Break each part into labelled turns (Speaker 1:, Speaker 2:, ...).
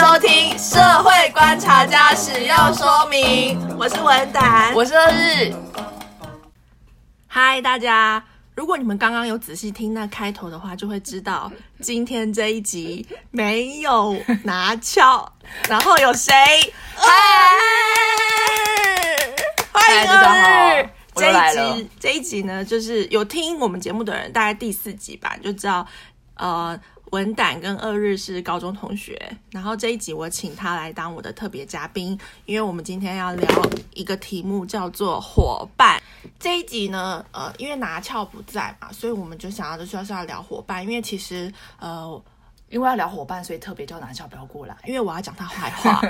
Speaker 1: 社会观察家使用说明》，我是文胆，
Speaker 2: 我是二日。
Speaker 1: 嗨，大家！如果你们刚刚有仔细听那开头的话，就会知 道今天这一集没有拿翘， 然后有谁？嗨，欢迎
Speaker 2: 哦嗨大
Speaker 1: 二
Speaker 2: 家
Speaker 1: 日
Speaker 2: 好！我
Speaker 1: 这
Speaker 2: 又来
Speaker 1: 一
Speaker 2: 了
Speaker 1: 集，这一集呢，就是有听我们节目的人，大概第四集吧，你就知道，呃，文胆跟二日是高中同学。然后这一集我请他来当我的特别嘉宾，因为我们今天要聊一个题目叫做伙伴。这一集呢，呃，因为拿翘不在嘛，所以我们就想要就是要聊伙伴，因为其实呃，
Speaker 2: 因为要聊伙伴，所以特别叫南小不要过来，
Speaker 1: 因为我要讲他坏 话，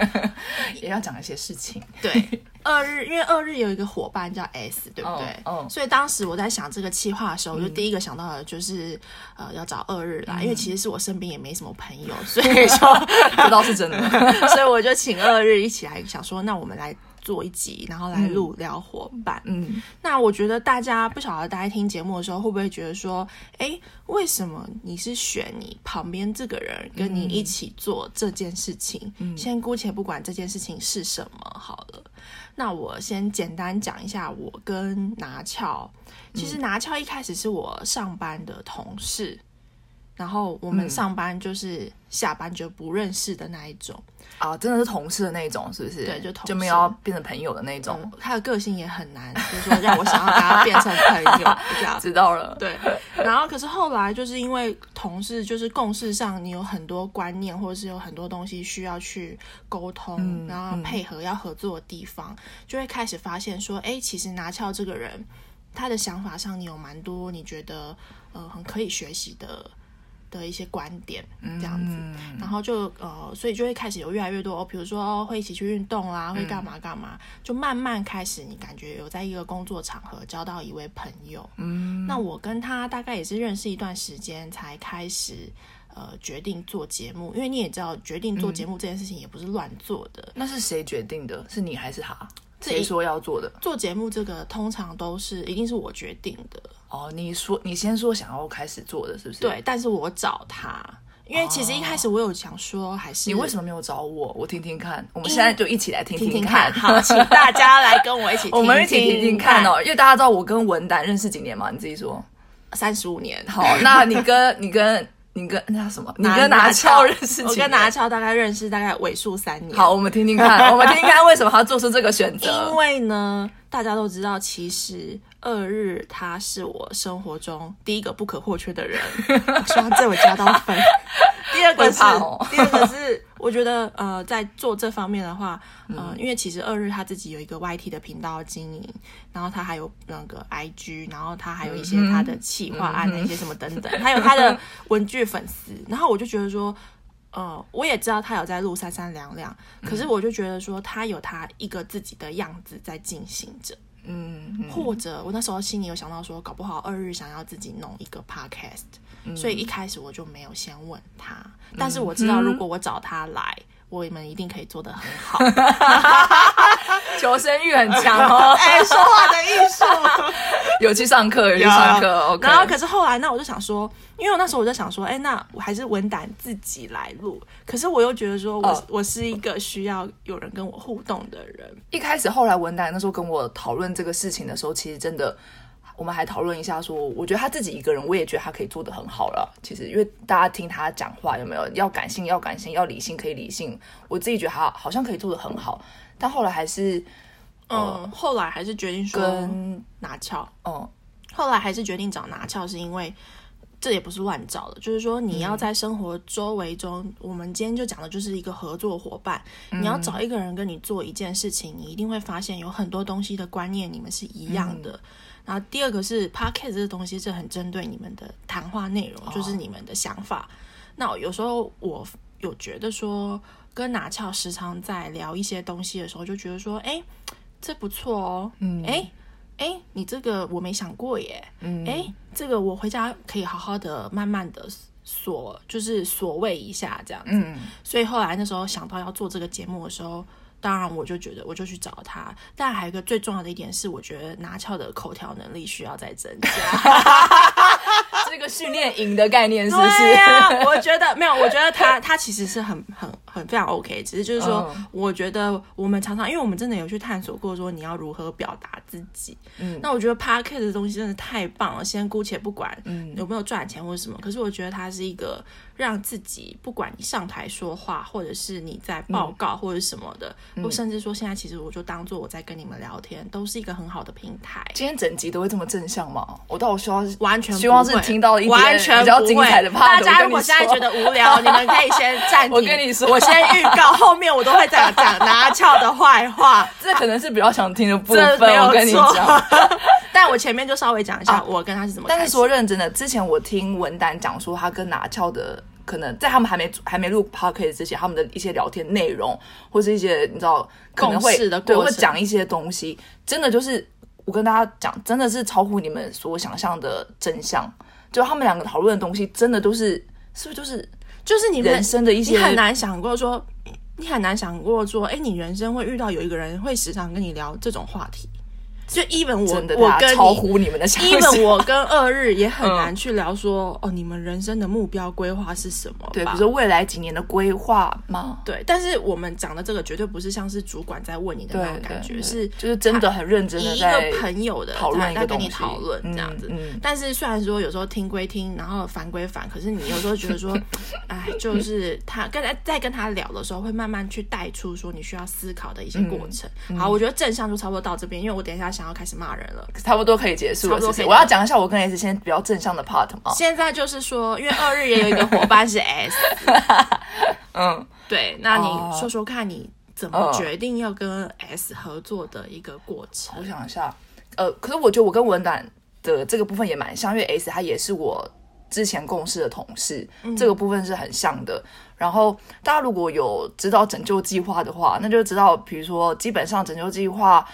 Speaker 2: 也要讲一些 事情。
Speaker 1: 对，二日，因为二日有一个伙伴叫 S，对不对？
Speaker 2: 哦嗯哦
Speaker 1: 所以当时我在想这个企划的时候，我就第一个想到的就是，呃，要找二日
Speaker 2: 嗯
Speaker 1: 啦，因为其实是我身边也没什么朋友，所 以说，
Speaker 2: 这倒是真的。
Speaker 1: 所以我就请二日一起来想说，那我们来做一集，然后来录聊伙伴。
Speaker 2: 嗯，
Speaker 1: 那我觉得大家不晓得大家听节目的时候会不会觉得说，哎，为什么你是选你旁边这个人跟你一起做这件事情？先姑且不管这件事情是什么好了。那我先简单讲一下我跟拿翘。其实拿翘一开始是我上班的同事，然后我们上班就是下班就不认识的那一种。
Speaker 2: 啊，真的是同事的那种，是不是？
Speaker 1: 对就同事
Speaker 2: 就没有要变成朋友的那种。
Speaker 1: 嗯他的个性也很难，就是说让我想要跟他变成朋友这样。
Speaker 2: 知道了，
Speaker 1: 对，然后可是后来就是因为同事就是共事上，你有很多观念或者是有很多东西需要去沟通，
Speaker 2: 嗯
Speaker 1: 然后配合要合作的地方，就会开始发现说，哎，其实拿翘这个人，他的想法上你有蛮多你觉得呃很可以学习的的一些观点，这样子。
Speaker 2: 嗯
Speaker 1: 然后就呃，所以就会开始有越来越多，哦、比如说、哦会一起去运动啦，
Speaker 2: 嗯
Speaker 1: 会干嘛干嘛，就慢慢开始你感觉有在一个工作场合交到一位朋友。嗯，那我跟他大概也是认识一段时间才开始。呃，决定做节目，因为你也知道，决
Speaker 2: 嗯
Speaker 1: 定做节目这件事情也不是乱做的。
Speaker 2: 那是谁决定的？是你还是他？
Speaker 1: 自己
Speaker 2: 谁说要做的？
Speaker 1: 做节目这个通常都是一定是我决定的，
Speaker 2: 哦，你说你先说想要开始做的，是不是？
Speaker 1: 对。，但是我找他，因为其实一开始我有想说，还是
Speaker 2: 哦你为什么没有找我？我听听看。我们现在就一起来听
Speaker 1: 听听看？
Speaker 2: 看。
Speaker 1: 好，请大家来跟我一起听
Speaker 2: 我们一起听听看
Speaker 1: 看
Speaker 2: 哦，因为大家知道我跟文丹认识几年嘛，你自己说。
Speaker 1: 三十五年。
Speaker 2: 好， 那你跟你跟你跟那叫什么？你跟拿
Speaker 1: 翘
Speaker 2: 翘认识几年？
Speaker 1: 我跟拿翘大概认识大概尾数三年。，
Speaker 2: 好，我们听听 看，我们听听看为什么他做出这个选择
Speaker 1: 因。为呢，大家都知道，其实二日他是我生活中第一个不可或缺的人。我希望这我加到分。 第二个是，
Speaker 2: 会怕哦
Speaker 1: 第二个是，我觉得呃，在做这方面的话，呃，因为其实二日他自己有一个 YT 的频道经营，然后他还有那个 IG，然后他还有一些他的企划案那些什么等等，还有他的文具粉丝，然后我就觉得说。呃，我也知道他有在录三三两两，可是我就觉得说他有他一个自己的样子在进行着，
Speaker 2: 嗯，嗯
Speaker 1: 或者我那时候心里有想到说，搞不好二日想要自己弄一个 podcast，、所以一开始我就没有先问他，但是我知道如果我找他来，我们一定可以做得很好。
Speaker 2: 求生欲很强哦，
Speaker 1: 哎、说话的艺术。
Speaker 2: 有去上课，有去上课。OK，
Speaker 1: 然后可是后来，那我就想说，因为我那时候我就想说，哎、那我还是文胆自己来录。可是我又觉得说我，我、
Speaker 2: 哦
Speaker 1: 是一个需要有人跟我互动的人。
Speaker 2: 一开始后来文丹那时候跟我讨论这个事情的时候，其实真的。我们还讨论一下说我觉得他自己一个人，我也觉得他可以做得很好了。其实，因为大家听他讲话有没有要感性，要感性，要理性，可以理性。我自己觉得他好像可以做得很好，但后来还是
Speaker 1: 嗯，后来还是决定说
Speaker 2: 跟
Speaker 1: 拿翘。
Speaker 2: 嗯
Speaker 1: 后来还是决定找拿翘，是因为这也不是乱找的，就是说你要在生活周围中，我们今天就讲的就是一个合作伙伴。你要找一个人跟你做一件事情，你一定会发现有很多东西的观念你们是一样的。然后第二个是 podcast 这东西是很针对你们的谈话内容，就是你们的想法。那有时候我有觉得说，跟拿翘时常在聊一些东西的时候，就觉得说，哎，这不错哦，嗯，哎。哎，你这个我没想过耶。嗯，哎，这个我回家可以好好的、慢慢的索，就是索味一下这样子。
Speaker 2: 嗯，
Speaker 1: 所以后来那时候想到要做这个节目的时候，当然我就觉得我就去找他。但还有一个最重要的一点是，我觉得拿翘的口条能力需要再增加。
Speaker 2: 这个训练营的概念是不是？
Speaker 1: 对呀、我觉得没有，我觉得他他其实是很很很非常 OK。只是就是说
Speaker 2: 嗯，
Speaker 1: 我觉得我们常常，因为我们真的有去探索过，说你要如何表达自己。
Speaker 2: 嗯
Speaker 1: 那我觉得 p o d c a s 的东西真的太棒了，先姑且不管
Speaker 2: 嗯，
Speaker 1: 有没有赚钱或者什么，可是我觉得它是一个让自己，不管你上台说话，或者是你在报
Speaker 2: 嗯
Speaker 1: 告或者什么的，或甚至说现在其实我就当做我在跟你们聊天，都是一个很好的平台。
Speaker 2: 今天整集都会这么正向吗？我倒希望是
Speaker 1: 完全不会
Speaker 2: 希望是听到了一点
Speaker 1: 完全
Speaker 2: 比较
Speaker 1: 不
Speaker 2: 精
Speaker 1: 会
Speaker 2: 彩的
Speaker 1: 大
Speaker 2: part，我
Speaker 1: 家
Speaker 2: 跟
Speaker 1: 如果
Speaker 2: 你
Speaker 1: 现在
Speaker 2: 说
Speaker 1: 觉得无 聊，你们可以先暂停。
Speaker 2: 我跟你说
Speaker 1: 我先预 告，后面我都会再讲拿翘的坏话。
Speaker 2: 这可能是比较想听的部
Speaker 1: 啊这没
Speaker 2: 分。
Speaker 1: 有
Speaker 2: 我跟你
Speaker 1: 错
Speaker 2: 讲，
Speaker 1: 但我前面就稍微讲一下
Speaker 2: 啊
Speaker 1: 我跟他是怎么开始。
Speaker 2: 但是说认真的，之前我听文丹讲说，他跟拿翘的，可能在他们还没还没录 podcast 之前，他们的一些聊天内容，或是一些你知道可能
Speaker 1: 共
Speaker 2: 会
Speaker 1: 识的过
Speaker 2: 对
Speaker 1: 程
Speaker 2: 会讲一些东西，真的就是我跟大家讲，真的是超乎你们所想象的真相。就他们两个讨论的东西，真的都是是不是就是
Speaker 1: 就是你们
Speaker 2: 人生的一些
Speaker 1: 你很难想过说，你很难想过说，哎、你人生会遇到有一个人会时常跟你聊这种话题。就 even 我
Speaker 2: 真的
Speaker 1: 我
Speaker 2: 大家
Speaker 1: 跟
Speaker 2: 超
Speaker 1: 你
Speaker 2: 乎你们的想象嗯
Speaker 1: ，even。我跟二日也很难去聊说，哦，你们人生的目标规划是什么吧？
Speaker 2: 对，比如说未来几年的规划吗？
Speaker 1: 对，但是我们讲的这个绝对不是像是主管在问你的
Speaker 2: 对
Speaker 1: 那种，感
Speaker 2: 对
Speaker 1: 觉，
Speaker 2: 对
Speaker 1: 是
Speaker 2: 就是真的很认真的
Speaker 1: 以一
Speaker 2: 在
Speaker 1: 个朋友的
Speaker 2: 讨论
Speaker 1: 在
Speaker 2: 一
Speaker 1: 在
Speaker 2: 个
Speaker 1: 跟
Speaker 2: 东
Speaker 1: 你
Speaker 2: 西
Speaker 1: 讨论这样子。
Speaker 2: 嗯嗯
Speaker 1: 但是虽然说有时候听归听，然后烦归烦，可是你有时候觉得 说，哎，就是他跟他在跟他聊的时候，会慢慢去带出说你需要思考的一
Speaker 2: 嗯
Speaker 1: 些过程。好，我觉得正向就差不多到这边，因为我等一下想要开始骂人了。
Speaker 2: 差不多可以结束
Speaker 1: 差
Speaker 2: 了，
Speaker 1: 不多
Speaker 2: 是不是
Speaker 1: 可以
Speaker 2: 我要讲一下我跟 S 现在比较正向的 part 嘛。
Speaker 1: 现在就是说，因为二日也有一个伙伴是 S，
Speaker 2: 嗯，
Speaker 1: 对，那
Speaker 2: 哦
Speaker 1: 你说说看你。怎么
Speaker 2: 嗯
Speaker 1: 决定要跟 S 合作的一个过程？
Speaker 2: 我想一下，呃，可是我觉得我跟文胆的这个部分也蛮像，因为 S 他也是我之前共事的同事，这个部分是很像的。然后大家如果有知道拯救计划的话，那就知道，比如说基本上拯救计划。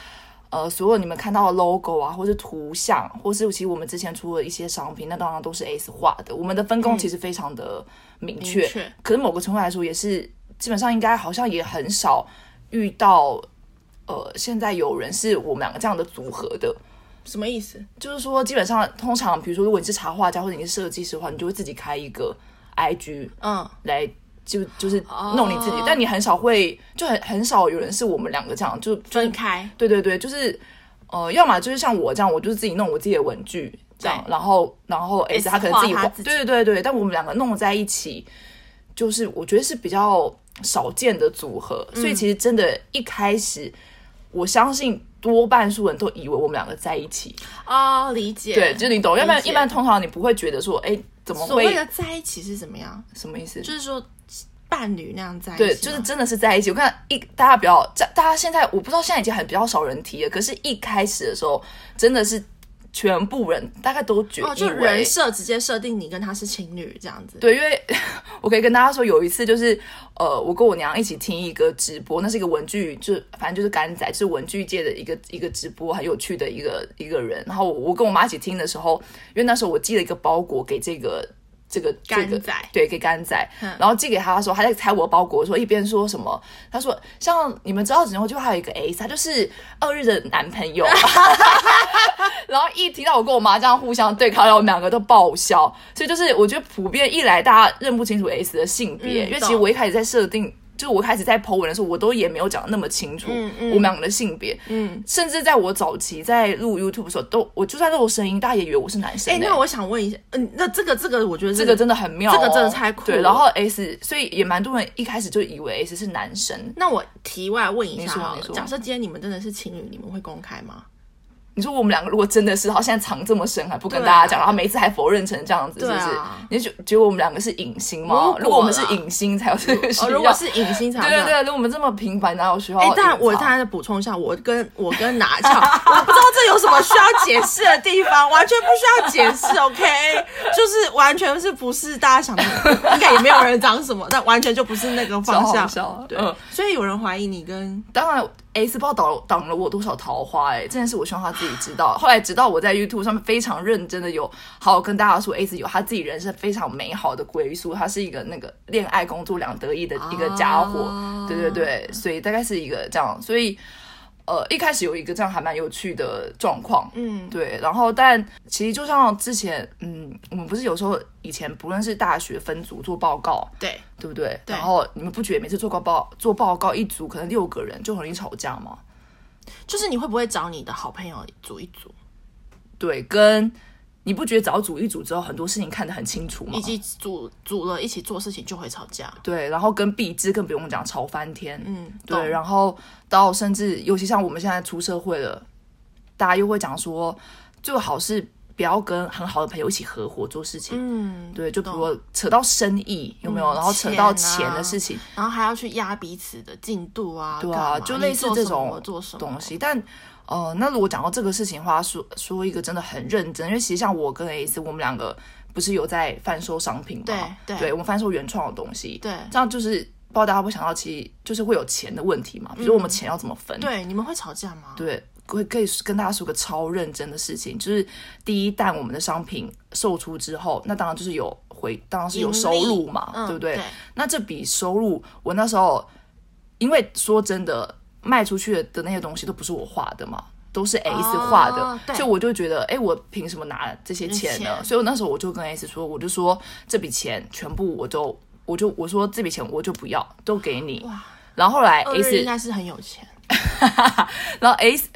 Speaker 2: 呃，所有你们看到的 logo 啊，或是图像，或是其实我们之前出的一些商品，那当然都是 S 画的。我们的分工其实非常的明确，
Speaker 1: 明确
Speaker 2: 可是某个程度来说，也是基本上应该好像也很少遇到，呃，现在有人是我们两个这样的组合的。
Speaker 1: 什么意思？
Speaker 2: 就是说，基本上通常，比如说，如果你是插画家或者你是设计师的话，你就会自己开一个 IG
Speaker 1: 嗯，
Speaker 2: 来就就是弄你自己，但你很少会就很很少有人是我们两个这样就
Speaker 1: 分开。
Speaker 2: 对对对，就是呃，要么就是像我这样，我就是自己弄我自己的文具这样，然后然后 S 他可能自己
Speaker 1: 画他
Speaker 2: 画，
Speaker 1: 哎自己
Speaker 2: 对对对对，但我们两个弄在一起，就是我觉得是比较少见的组合，所
Speaker 1: 嗯
Speaker 2: 以其实真的，一开始我相信多半数人都以为我们两个在一起，
Speaker 1: 哦，理解。
Speaker 2: 对，就是你懂，要不
Speaker 1: 理
Speaker 2: 然
Speaker 1: 解
Speaker 2: 一般通常你不会觉得说，哎，怎么
Speaker 1: 所谓
Speaker 2: 会
Speaker 1: 的在一起是怎么样？
Speaker 2: 什么意思？
Speaker 1: 就是说伴侣那样在一起吗。哦
Speaker 2: 对，就是真的是在一起。我看一大家比较，在大家现在我不知道现在已经很比较少人提了，可是一开始的时候真的是全部人大概都觉
Speaker 1: 哦，
Speaker 2: 以
Speaker 1: 就
Speaker 2: 为、
Speaker 1: 人设直接设定你跟他是情侣这样子。，
Speaker 2: 对，因为 我可以跟大家说，有一次就是呃，我跟我娘一起听一个直播，那是一个文具，就是反正就是干仔，就是文具界的一个一个直播，很有趣的一个一个人。然后我我跟我妈一起听的时候，因为那时候我寄了一个包裹给这个。这个这个
Speaker 1: 干仔
Speaker 2: 对，给干仔，
Speaker 1: 嗯
Speaker 2: 然后寄给他的时候，他在拆我的包裹的时候，一边说什么？他说像你们知道，只后就还有一个 A，他就是二日的男朋 友。 然后一提到我跟我妈这样互相对抗，然后我们两个都爆笑。所以就是我觉得普遍一来大家认不清楚 S 的性别，
Speaker 1: 嗯
Speaker 2: 因为
Speaker 1: 懂
Speaker 2: 其实我一开始在设定。就是我一开始在 Po 文的时候，我都也没有讲得那么清楚
Speaker 1: 嗯嗯
Speaker 2: 我们两个的性别，
Speaker 1: 嗯，
Speaker 2: 甚至在我早期在录 YouTube 的时候，都我就算露声音，大家也以为我是男生、
Speaker 1: 哎、
Speaker 2: 欸。
Speaker 1: 那我想问一下，嗯，那这个这个，我觉得
Speaker 2: 这个真的很妙、
Speaker 1: 嗯
Speaker 2: 哦，
Speaker 1: 这个真的太酷了
Speaker 2: 对，然后 S，所以也蛮多人一开始就以为 S 是男生。
Speaker 1: 那我题外问一下
Speaker 2: 你说
Speaker 1: 好
Speaker 2: 你
Speaker 1: 了，
Speaker 2: 说
Speaker 1: 假设今天你们真的是情侣，你们会公开吗？
Speaker 2: 你说我们两个如果真的是，然后现在藏这么深，还不跟
Speaker 1: 对
Speaker 2: 大
Speaker 1: 啊
Speaker 2: 家讲，然后每一次还否认成这样子，是不
Speaker 1: 对
Speaker 2: 是？
Speaker 1: 啊
Speaker 2: 你就觉觉得我们两个是隐星吗？
Speaker 1: 如
Speaker 2: 如
Speaker 1: 果
Speaker 2: 果我们
Speaker 1: 啦
Speaker 2: 是隐星，才有这个需要。
Speaker 1: 哦，如果是隐形才
Speaker 2: 对啊
Speaker 1: 有
Speaker 2: 对
Speaker 1: 这样。
Speaker 2: 对，如果我们这么平凡，哪有需要隐
Speaker 1: 哎、
Speaker 2: 藏？
Speaker 1: 但我当然再补充一下，我跟我跟拿翘，我不知道这有什么需要解释的地方，完全不需要解释，OK？就是完全是不是大家想的，应该也没有人讲什么，但完全就不是那个方
Speaker 2: 超好
Speaker 1: 向。
Speaker 2: 笑
Speaker 1: 对，
Speaker 2: 嗯
Speaker 1: 所以有人怀疑你跟
Speaker 2: 当然，S 不知道挡挡了我多少桃花哎、这件事我希望他自己知道。后 来直到我在 YouTube 上面非常认真的有好好跟大家说，S 有他自己人生非常美好的归宿，他是一个那个恋爱工作两得意的一个家伙，
Speaker 1: 啊
Speaker 2: 对对对，所以大概是一个这样，所以。呃，一开始有一个这样还蛮有趣的状况，
Speaker 1: 嗯，
Speaker 2: 对，然后但其实就像之前，嗯，我们不是有时候以前不论是大学分组做报告，
Speaker 1: 对，
Speaker 2: 对不对？
Speaker 1: 对
Speaker 2: 然后你们不觉得每次做报报做报告一组可能六个人就很容易吵架吗？
Speaker 1: 就是你会不会找你的好朋友组一组，
Speaker 2: 对，跟你不觉得只要组一组之后很多事情看得很清楚吗
Speaker 1: 以？及组组了一起做事情就会吵架？
Speaker 2: 对，然后跟币制更不用讲，吵翻天。
Speaker 1: 嗯，
Speaker 2: 对，
Speaker 1: 懂
Speaker 2: 然后到甚至尤其像我们现在出社会了，大家又会讲说，最好是不要跟很好的朋友一起合伙做事情。
Speaker 1: 嗯，
Speaker 2: 对，就比如扯到生意有没有，
Speaker 1: 嗯
Speaker 2: 然后扯到
Speaker 1: 钱啊
Speaker 2: 钱的事情，
Speaker 1: 然后还要去压彼此的进度啊，
Speaker 2: 对
Speaker 1: 干
Speaker 2: 啊，
Speaker 1: 嘛
Speaker 2: 就
Speaker 1: 你
Speaker 2: 类似
Speaker 1: 做
Speaker 2: 这
Speaker 1: 什么
Speaker 2: 种
Speaker 1: 我做什么
Speaker 2: 东西。但呃，那如果讲到这个事情的话，说说一个真的很认真，因为其实像我跟 A 斯，我们两个不是有在贩售商品嘛，
Speaker 1: 对对
Speaker 2: 我们贩售原创的东西，
Speaker 1: 对
Speaker 2: 这样就是不知道大家会想到，其实就是会有钱的问题嘛，比如我们钱要怎么分，
Speaker 1: 嗯对，你们会吵架吗？
Speaker 2: 嗯对，会可以跟大家说个超认真的事情，就是第一，但我们的商品售出之后，那当然就是有回，当然是有
Speaker 1: 盈
Speaker 2: 收
Speaker 1: 利
Speaker 2: 入嘛，
Speaker 1: 嗯
Speaker 2: 对不对？
Speaker 1: 对
Speaker 2: 那这笔收入，我那时候因为说真的，卖出去的那些东西都不是我画的嘛。都是 S 画的，
Speaker 1: 哦对
Speaker 2: 所以我就觉得，哎、我凭什么拿这些钱呢？
Speaker 1: 钱
Speaker 2: 所以我那时候我就跟 S 说，我就说这笔钱全部我都，我就我说这笔钱我就不要，都给你。然后后来
Speaker 1: 二
Speaker 2: S
Speaker 1: 日应该是很有钱，
Speaker 2: 然后 S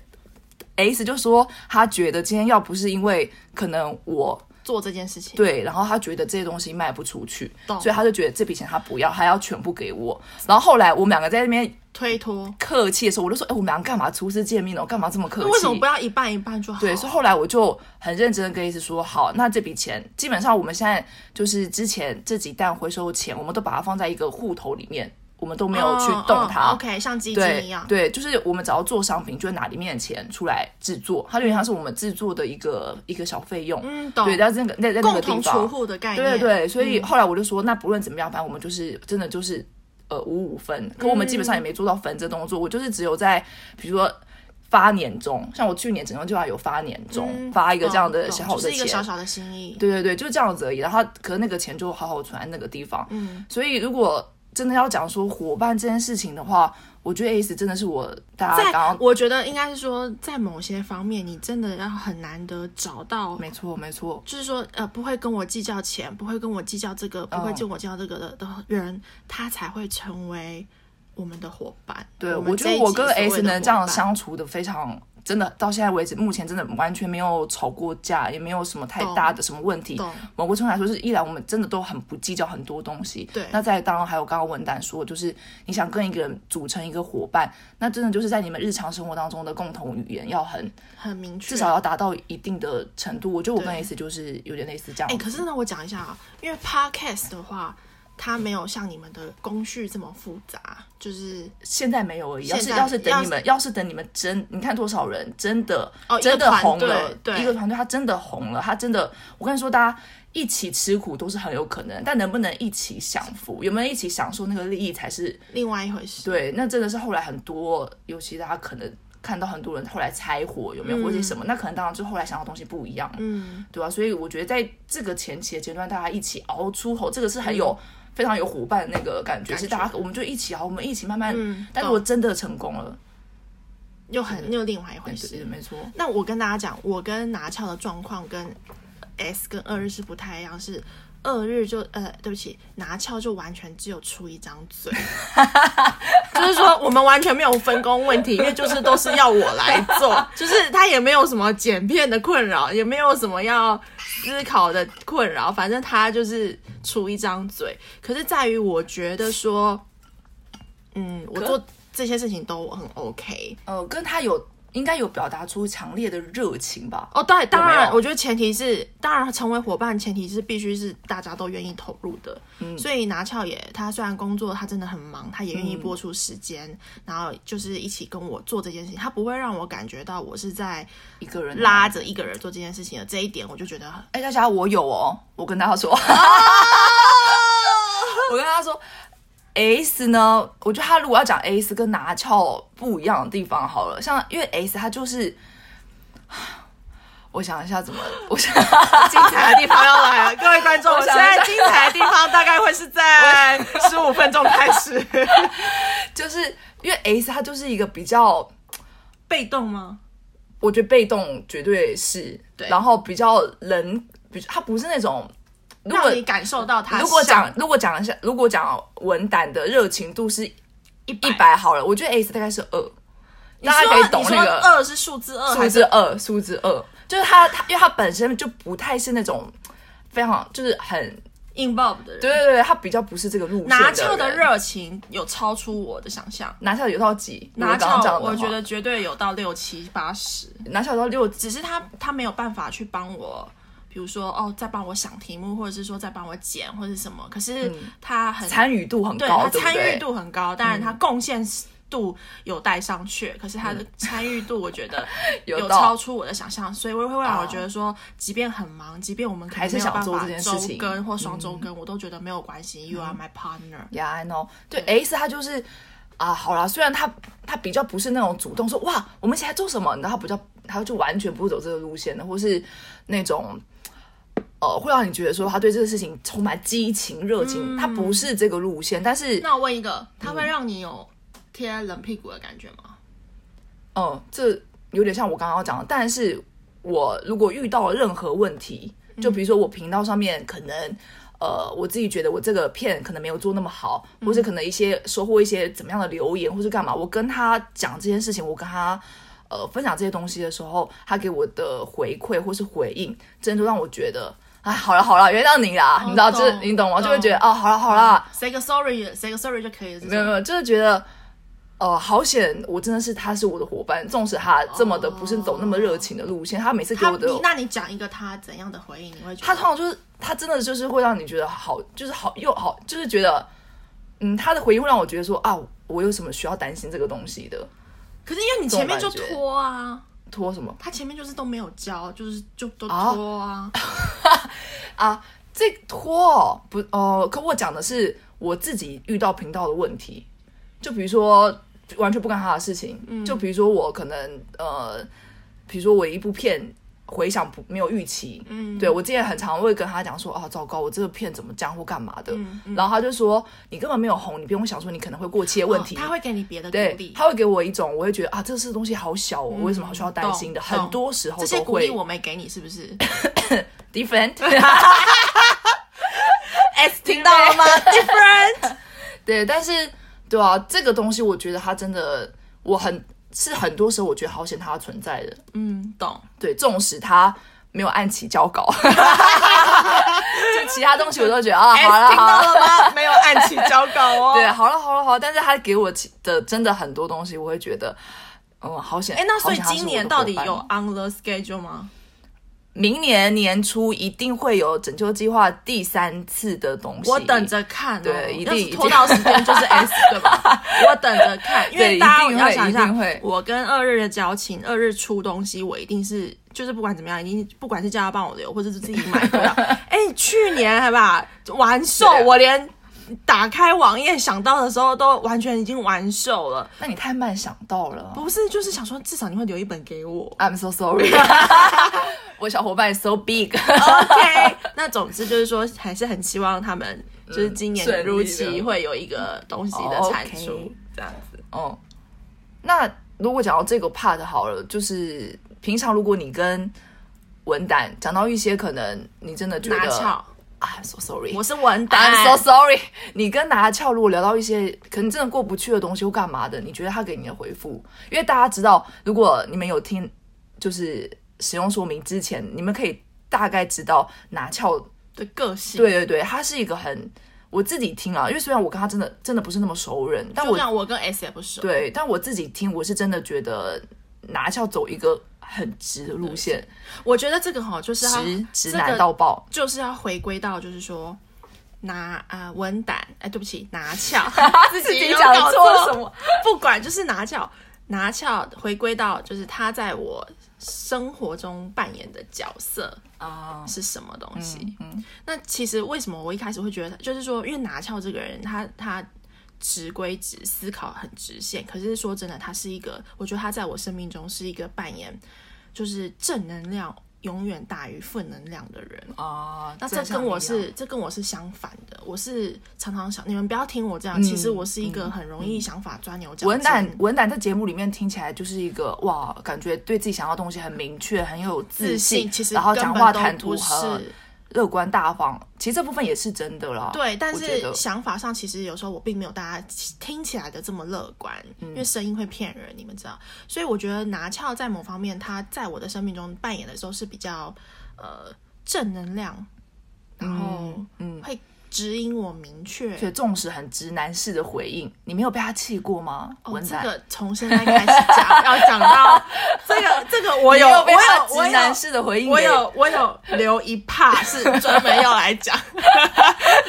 Speaker 2: S 就说他觉得今天要不是因为可能我
Speaker 1: 做这件事情，
Speaker 2: 对，然后他觉得这些东西卖不出去，
Speaker 1: 懂
Speaker 2: 所以他就觉得这笔钱他不要，他要全部给我。然后后来我们两个在那边
Speaker 1: 推脱，
Speaker 2: 客气的时候，我就说，哎，我们两个干嘛初次见面哦，干嘛这么客气？
Speaker 1: 为什么不要一半一半就好？
Speaker 2: 对，所以后来我就很认真的跟医师说，好，那这笔钱基本上我们现在就是之前这几单回收的钱，我们都把它放在一个户头里面，我们都没有去动
Speaker 1: 嗯嗯
Speaker 2: 它。
Speaker 1: OK，像基金一
Speaker 2: 对
Speaker 1: 样，
Speaker 2: 对，就是我们只要做商品，就会拿里面的钱出来制作，它就有点像是我们制作的一个一个小费用。
Speaker 1: 嗯，懂，
Speaker 2: 对，在那个在在那
Speaker 1: 共
Speaker 2: 个地
Speaker 1: 同储
Speaker 2: 方，
Speaker 1: 户的概念，
Speaker 2: 对对对，所
Speaker 1: 嗯
Speaker 2: 以后来我就说，那不论怎么样，反正我们就是真的就是呃五五分，可我们基本上也没做到分这动作，我就是只有在比如说。发年终，像我去年整个就要有发年终，
Speaker 1: 嗯
Speaker 2: 发一个这样的
Speaker 1: 懂
Speaker 2: 小
Speaker 1: 懂
Speaker 2: 小的
Speaker 1: 就是一
Speaker 2: 钱，
Speaker 1: 个小小的心意，
Speaker 2: 对对对，就这样子而已。然后可能那个钱就好好存在那个地方。
Speaker 1: 嗯，
Speaker 2: 所以如果真的要讲说伙伴这件事情的话，我觉得 ACE 真的是我大家刚
Speaker 1: 在
Speaker 2: 刚
Speaker 1: 我觉得应该是说，在某些方面，你真的要很难得找到。
Speaker 2: 没错没错，
Speaker 1: 就是说，呃，不会跟我计较钱，不会跟我计较这个，
Speaker 2: 嗯
Speaker 1: 不会跟我计较这个的的人，他才会成为我们的伙伴。
Speaker 2: 对
Speaker 1: 我们
Speaker 2: 我觉
Speaker 1: 这
Speaker 2: 得
Speaker 1: 一
Speaker 2: 我
Speaker 1: 集
Speaker 2: 跟
Speaker 1: 所谓的
Speaker 2: S 能这
Speaker 1: 伙
Speaker 2: 样
Speaker 1: 伴，
Speaker 2: 相处的非常。真的到现在为止，目前真的完全没有吵过架，也没有什么太大的什么问题
Speaker 1: 懂。
Speaker 2: 某个程度来说，是依然我们真的都很不计较很多东西。
Speaker 1: 对
Speaker 2: 那再当然还有刚刚文丹说，就是你想跟一个人组成一个伙伴，那真的就是在你们日常生活当中的共同语言要很
Speaker 1: 很明确，
Speaker 2: 至少要达到一定的程度。我觉得我跟
Speaker 1: 对
Speaker 2: S 就是有点类似这样
Speaker 1: 哎、
Speaker 2: 子。
Speaker 1: 可是呢，我讲一下啊，因为 podcast 的话，它没有像你们的工序这么复杂，就是
Speaker 2: 现在没有而已。要是
Speaker 1: 现在
Speaker 2: 要是等
Speaker 1: 要
Speaker 2: 你
Speaker 1: 是
Speaker 2: 们，要是等你们真，你看多少人真的、
Speaker 1: 哦一个
Speaker 2: 真的
Speaker 1: 团
Speaker 2: 红
Speaker 1: 队
Speaker 2: 了，
Speaker 1: 对
Speaker 2: 一个团队他真的红了，他真的，我跟你说，大家一起吃苦都是很有可能，但能不能一起享福，有没有一起享受那个利益才是
Speaker 1: 另外一回事。
Speaker 2: 对。那真的是后来很多，尤其大家可能看到很多人后来拆伙有没有，或者什么，那可能当然就后来想到的东西不一样，
Speaker 1: 嗯，
Speaker 2: 对啊吧、所以我觉得在这个前期的阶段，大家一起熬出口，这个是很有。非常有伙伴的那个感觉，
Speaker 1: 嗯感
Speaker 2: 是
Speaker 1: 觉
Speaker 2: 大家我们就一起熬，我们一起慢慢。
Speaker 1: 嗯
Speaker 2: 但是
Speaker 1: 懂
Speaker 2: 我真的成功了，
Speaker 1: 又很又另外一回
Speaker 2: 对，
Speaker 1: 事。
Speaker 2: 没错，
Speaker 1: 那我跟大家讲，我跟拿翘的状况跟 S 跟二日是不太一样，是二日就呃，对不起，拿翘就完全只有出一张嘴，就是说我们完全没有分工问题，因为就是都是要我来做，就是他也没有什么剪片的困扰，也没有什么要思考的困扰，反正他就是出一张嘴。可是在于我觉得说，嗯，我
Speaker 2: 可
Speaker 1: 做这些事情都很 OK，
Speaker 2: 呃，跟他有应该有表达出强烈的热情吧。
Speaker 1: 哦，对，当然，
Speaker 2: 有
Speaker 1: 我觉得前提是，当然成为伙伴前提是必须是大家都愿意投入的。
Speaker 2: 嗯
Speaker 1: 所以拿翘也，他虽然工作他真的很忙，他也愿意拨出时间，
Speaker 2: 嗯
Speaker 1: 然后就是一起跟我做这件事情，他不会让我感觉到我是在
Speaker 2: 一个人啊，
Speaker 1: 拉着一个人做这件事情的。这一点我就觉得很
Speaker 2: 哎，大家我有哦，我跟大家说， 我跟大家说。S 呢？我觉得他如果要讲 S 跟拿翘不一样的地方好了，像因为 S 他就是， 我想一下怎么， 我想
Speaker 1: 精彩的地方要来了，各位观众，
Speaker 2: 我
Speaker 1: 现
Speaker 2: 想一下
Speaker 1: 在精彩的地方大概会是在十 五分钟开始。
Speaker 2: 就是因为 S 他就是一个比较
Speaker 1: 被动吗？
Speaker 2: 我觉得被动绝对是，
Speaker 1: 对
Speaker 2: 然后比较人，比他不是那种，如果
Speaker 1: 让你感受到他
Speaker 2: 如果
Speaker 1: 想
Speaker 2: 讲如果讲一下，如果讲文胆的热情度是一
Speaker 1: 一百
Speaker 2: 百好了，我觉得 S 大概是二，
Speaker 1: 你
Speaker 2: 大
Speaker 1: 说
Speaker 2: 家可以懂那
Speaker 1: 你说
Speaker 2: 个
Speaker 1: 二是数字二
Speaker 2: 数
Speaker 1: 还
Speaker 2: 字
Speaker 1: 是
Speaker 2: 二，数字二，就是他他，因为他本身就不太是那种非常就是很
Speaker 1: involved 的人？
Speaker 2: 对对对，他比较不是这个路线
Speaker 1: 拿翘的
Speaker 2: 人
Speaker 1: 热情有超出我的想象，
Speaker 2: 拿翘有到几？如果
Speaker 1: 拿
Speaker 2: 刚刚讲
Speaker 1: 翘
Speaker 2: 的
Speaker 1: 我
Speaker 2: 话
Speaker 1: 觉得绝对有到六七八十，
Speaker 2: 拿翘有到六
Speaker 1: 只是他他没有办法去帮我。比如说哦，再帮我想题目，或者是说再帮我剪，或者是什么。可是他很
Speaker 2: 嗯参与度很
Speaker 1: 对
Speaker 2: 高，
Speaker 1: 他
Speaker 2: 对嗯
Speaker 1: 参
Speaker 2: 不对
Speaker 1: 与度很高，当然他贡献度有带上去，可是他的参与度我觉得
Speaker 2: 嗯 有
Speaker 1: 有
Speaker 2: 到
Speaker 1: 超出我的想象，所以我会让我觉得说，即便很忙，即便我们可
Speaker 2: 还
Speaker 1: 能
Speaker 2: 是
Speaker 1: 没有
Speaker 2: 想
Speaker 1: 办
Speaker 2: 做
Speaker 1: 法
Speaker 2: 这件事
Speaker 1: 周
Speaker 2: 情嗯
Speaker 1: 更或双周更，我都觉得没有关系，You are my partner。
Speaker 2: Yeah, I know 对。S 他就是啊，好啦，虽然他他比较不是那种主动说哇，我们一起来做什么，你知道他比较他就完全不是走这个路线的，或是那种。呃，会让你觉得说他对这个事情充满激情、热情，他不是这个路线，但是，
Speaker 1: 那我问一个，他会让你有贴冷屁股的感觉吗？
Speaker 2: 嗯，这有点像我刚刚讲的。但是我如果遇到了任何问题，就比如说我频道上面可能，呃，我自己觉得我这个片可能没有做那么好，或是可能一些收获一些怎么样的留言，或是干嘛，我跟他讲这件事情，我跟他。呃，分享这些东西的时候，他给我的回馈或是回应，真的就让我觉得，哎，好了好了，原谅你啦，
Speaker 1: 哦
Speaker 2: 你知道，就是
Speaker 1: 懂
Speaker 2: 你懂吗？就会觉得，
Speaker 1: 懂嗯
Speaker 2: 哦，好了好了，
Speaker 1: ，say 个 sorry，say 个 sorry 就可以了。这种
Speaker 2: 没有没有，就是觉得，呃，好险！我真的是他是我的伙伴，纵使他这么的不是走那么热情的路线，他每次给
Speaker 1: 他
Speaker 2: 我的，
Speaker 1: 你那你讲一个他怎样的回应，你会觉
Speaker 2: 他
Speaker 1: 得
Speaker 2: 通常就是他真的就是会让你觉得好，就是好又好，就是觉得，嗯，他的回应会让我觉得说啊，我有什么需要担心这个东西的？
Speaker 1: 可是因为你前面就
Speaker 2: 这种感觉
Speaker 1: 拖啊，
Speaker 2: 拖什么
Speaker 1: 他前面就是都没有教，就是就都
Speaker 2: 啊
Speaker 1: 拖啊。
Speaker 2: 啊？这拖哦不哦、可我讲的是我自己遇到频道的问题，就比如说完全不干他的事情，
Speaker 1: 嗯
Speaker 2: 就比如说我可能呃，比如说我一部片回想不没有预期，
Speaker 1: 嗯，
Speaker 2: 对我之前很常会跟他讲说，啊，糟糕，我这个片怎么这样或干嘛的，
Speaker 1: 嗯嗯
Speaker 2: 然后他就说你根本没有红，你不用想说你可能会过期 的问题。
Speaker 1: 哦他会给你别的鼓
Speaker 2: 对
Speaker 1: 励，，嗯
Speaker 2: 他会给我一种，我会觉得啊，这是东西好小、哦，我为什么好需要担心的？
Speaker 1: 懂
Speaker 2: 很多时候
Speaker 1: 这些
Speaker 2: 都
Speaker 1: 鼓励
Speaker 2: 会
Speaker 1: 我没给你，是不是？
Speaker 2: different。S 听到了吗？
Speaker 1: ？Different，
Speaker 2: 对，但是对啊，这个东西我觉得它真的，我很是很多时候我觉得好险它存在的。
Speaker 1: 嗯，懂。
Speaker 2: 对，纵使它没有按期交稿， 就其他东西我都觉得啊，好了
Speaker 1: 哎听
Speaker 2: 好
Speaker 1: 到
Speaker 2: 了。
Speaker 1: 了吗？没有按期交稿哦。
Speaker 2: 对，，啊好了好了好了，但是他给我其的真的很多东西，我会觉得，嗯，好险。
Speaker 1: 哎，那所以
Speaker 2: 好险他是
Speaker 1: 今年
Speaker 2: 我的
Speaker 1: 到底
Speaker 2: 伙伴
Speaker 1: 有 on the schedule 吗？
Speaker 2: 明年年初一定会有拯救计划第三次的东西，
Speaker 1: 我等。着看、哦，
Speaker 2: 对一
Speaker 1: 要
Speaker 2: 定
Speaker 1: 是
Speaker 2: 一定
Speaker 1: 拖到时间就是 S 对吧？我等着看，因为
Speaker 2: 对
Speaker 1: 大
Speaker 2: 一定
Speaker 1: 家
Speaker 2: 会
Speaker 1: 要想一
Speaker 2: 一
Speaker 1: 下
Speaker 2: 定会，
Speaker 1: 我跟二日的交情，二日出东西，我一定是就是不管怎么样，一定不管是叫他帮我留，或者是自己买 多少。哎，去年还吧完售，
Speaker 2: 对啊
Speaker 1: 我连打开网页想到的时候都完全已经完售了。
Speaker 2: 那你太慢想到了
Speaker 1: 不是，就是想说，至少你会留一本给我。
Speaker 2: ，I'm so sorry。我小伙伴 so big，
Speaker 1: OK，那总之就是说，还是很希望他们就是今年
Speaker 2: 顺利的
Speaker 1: 如期会有一个东西的产出，
Speaker 2: 哦，OK
Speaker 1: 这样子。
Speaker 2: 嗯，那如果讲到这个 part 好了，就是平常如果你跟文胆讲到一些可能你真的觉
Speaker 1: 拿
Speaker 2: 得
Speaker 1: 翘，
Speaker 2: ，I'm so sorry，
Speaker 1: 我是文胆
Speaker 2: I'm so sorry。你 跟拿翘如果聊到一些可能真的过不去的东西或干嘛的，你觉得他给你的回复？因为大家知道，如果你们有听就是使用说明之前，你们可以大概知道拿翘，
Speaker 1: 的个性。，
Speaker 2: 对对对，他是一个很我自己听啊，因为虽然我跟他真的真的不是那么熟人，但
Speaker 1: 就
Speaker 2: 我
Speaker 1: 像我跟 S 也不熟，
Speaker 2: 对，但我自己听，我是真的觉得拿翘走一个很直的路线，
Speaker 1: 我觉得这个哈就是他
Speaker 2: 直直
Speaker 1: 这
Speaker 2: 男
Speaker 1: 个
Speaker 2: 到爆，
Speaker 1: 就是要回归到就是说。拿啊、呃文胆，哎，对不起，拿翘，
Speaker 2: 自己
Speaker 1: 有
Speaker 2: 讲
Speaker 1: 搞
Speaker 2: 错了什么？
Speaker 1: 不管就是拿翘，拿翘，回归到就是他在我生活中扮演的角色，
Speaker 2: 啊，
Speaker 1: 是什么东西。嗯，那其实为什么我一开始会觉得，就是说，因为拿翘这个人，他他直归直，思考很直线。可是说真的，他是一个，我觉得他在我生命中是一个扮演就是正能量。永远大于负能量的人。
Speaker 2: 啊，
Speaker 1: 哦那这
Speaker 2: 正向
Speaker 1: 跟我
Speaker 2: 力量
Speaker 1: 是这跟我是相反的，我是常常想，你们不要听我这样，其实我是一个很容易想法钻牛角
Speaker 2: 嗯文
Speaker 1: 尖。
Speaker 2: 胆文胆在节目里面听起来就是一个哇，感觉对自己想要的东西很明确，很有
Speaker 1: 自
Speaker 2: 信，
Speaker 1: 信，其实
Speaker 2: 然后
Speaker 1: 根
Speaker 2: 讲
Speaker 1: 本
Speaker 2: 话
Speaker 1: 都
Speaker 2: 谈
Speaker 1: 不
Speaker 2: 吐很
Speaker 1: 是
Speaker 2: 乐观大方，其实这部分也是真的啦。
Speaker 1: 对，但
Speaker 2: 我觉
Speaker 1: 是
Speaker 2: 得
Speaker 1: 想法上其实有时候我并没有大家听起来的这么乐观，因
Speaker 2: 嗯
Speaker 1: 为声音会骗人，你们知道。所以我觉得拿翘在某方面，他在我的生命中扮演的时候是比较呃正能量，然后
Speaker 2: 嗯
Speaker 1: 会指引我明确。
Speaker 2: 所以纵使很直男式的回应，你没有被他气过吗？
Speaker 1: 哦，
Speaker 2: 文
Speaker 1: 这
Speaker 2: 胆，
Speaker 1: 个从现在开始讲，要讲到 这个这个我
Speaker 2: 你
Speaker 1: 有
Speaker 2: 没有
Speaker 1: 我
Speaker 2: 被他
Speaker 1: 有我
Speaker 2: 直
Speaker 1: 有
Speaker 2: 男式的回应给，
Speaker 1: 我有我有留一 part 是专门要来 讲，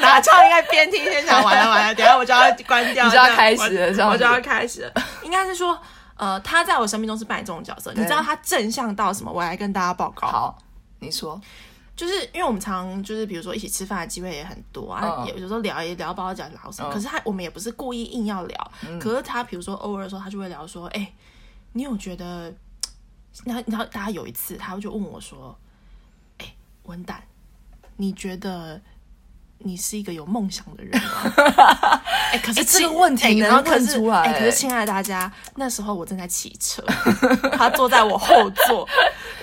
Speaker 1: 拿翘应该边听边想，完了完了，等一下我就要关掉，
Speaker 2: 你就要
Speaker 1: 这样
Speaker 2: 开始了
Speaker 1: 我
Speaker 2: 这样子
Speaker 1: 我就要开始了。应该是说，呃，他在我生命中是扮演这种角色，你知道他正向到什么？我来跟大家报告。
Speaker 2: 好，你说，
Speaker 1: 就是因为我们常就是比如说一起吃饭的机会也很多啊，
Speaker 2: 嗯
Speaker 1: 有有时候聊也聊不到讲聊什么，
Speaker 2: 嗯
Speaker 1: 可是他我们也不是故意硬要聊，可是他比如说偶尔的时候，他就会聊说，哎、你有觉得？然后然后大家有一次，他就问我说，哎、文胆，你觉得？你是一个有梦想的人 吗？哎、可是
Speaker 2: 哎这
Speaker 1: 亲
Speaker 2: 个问题
Speaker 1: 哎
Speaker 2: 能
Speaker 1: 然后可是
Speaker 2: 问出来
Speaker 1: 哎、可是亲爱的大家，那时候我正在骑车， 他坐在我后座，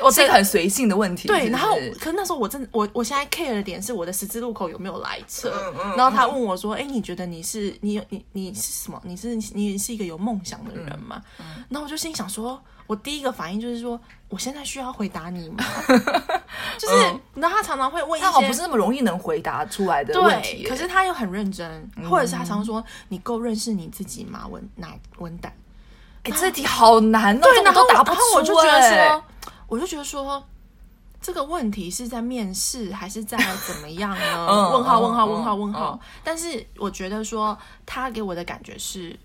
Speaker 1: 我
Speaker 2: 是
Speaker 1: 这
Speaker 2: 一个很随性的问题。
Speaker 1: 对，
Speaker 2: 是不
Speaker 1: 然后
Speaker 2: 是
Speaker 1: 可那时候我真的我我现在 care 的点是我的十字路口有没有来车，
Speaker 2: 嗯
Speaker 1: 然后他问我说：“哎、你觉得你是你有你你是什么？你是你是一个有梦想的人吗？”
Speaker 2: 嗯
Speaker 1: 然后我就心想说，我第一个反应就是说，我现在需要回答你吗？ 就是，然后他常常会问一
Speaker 2: 嗯他好
Speaker 1: 些
Speaker 2: 哦像不是那么容易能回答出来的问题嗯
Speaker 1: 对，
Speaker 2: 耶。
Speaker 1: 可是他又很认真，或者是他常说：“你够认识你自己吗？”文哪文胆。
Speaker 2: 哎，这题好难哦，
Speaker 1: 啊对，
Speaker 2: 这
Speaker 1: 然
Speaker 2: 种
Speaker 1: 后
Speaker 2: 都答不
Speaker 1: 然后我就
Speaker 2: 出
Speaker 1: 觉得
Speaker 2: 哎
Speaker 1: 说。，我就觉得说，这个问题是在面试还是在怎么样呢？
Speaker 2: 嗯
Speaker 1: 问号问号
Speaker 2: 嗯
Speaker 1: 问号
Speaker 2: 嗯
Speaker 1: 问号。但是我觉得说，他给我的感觉是。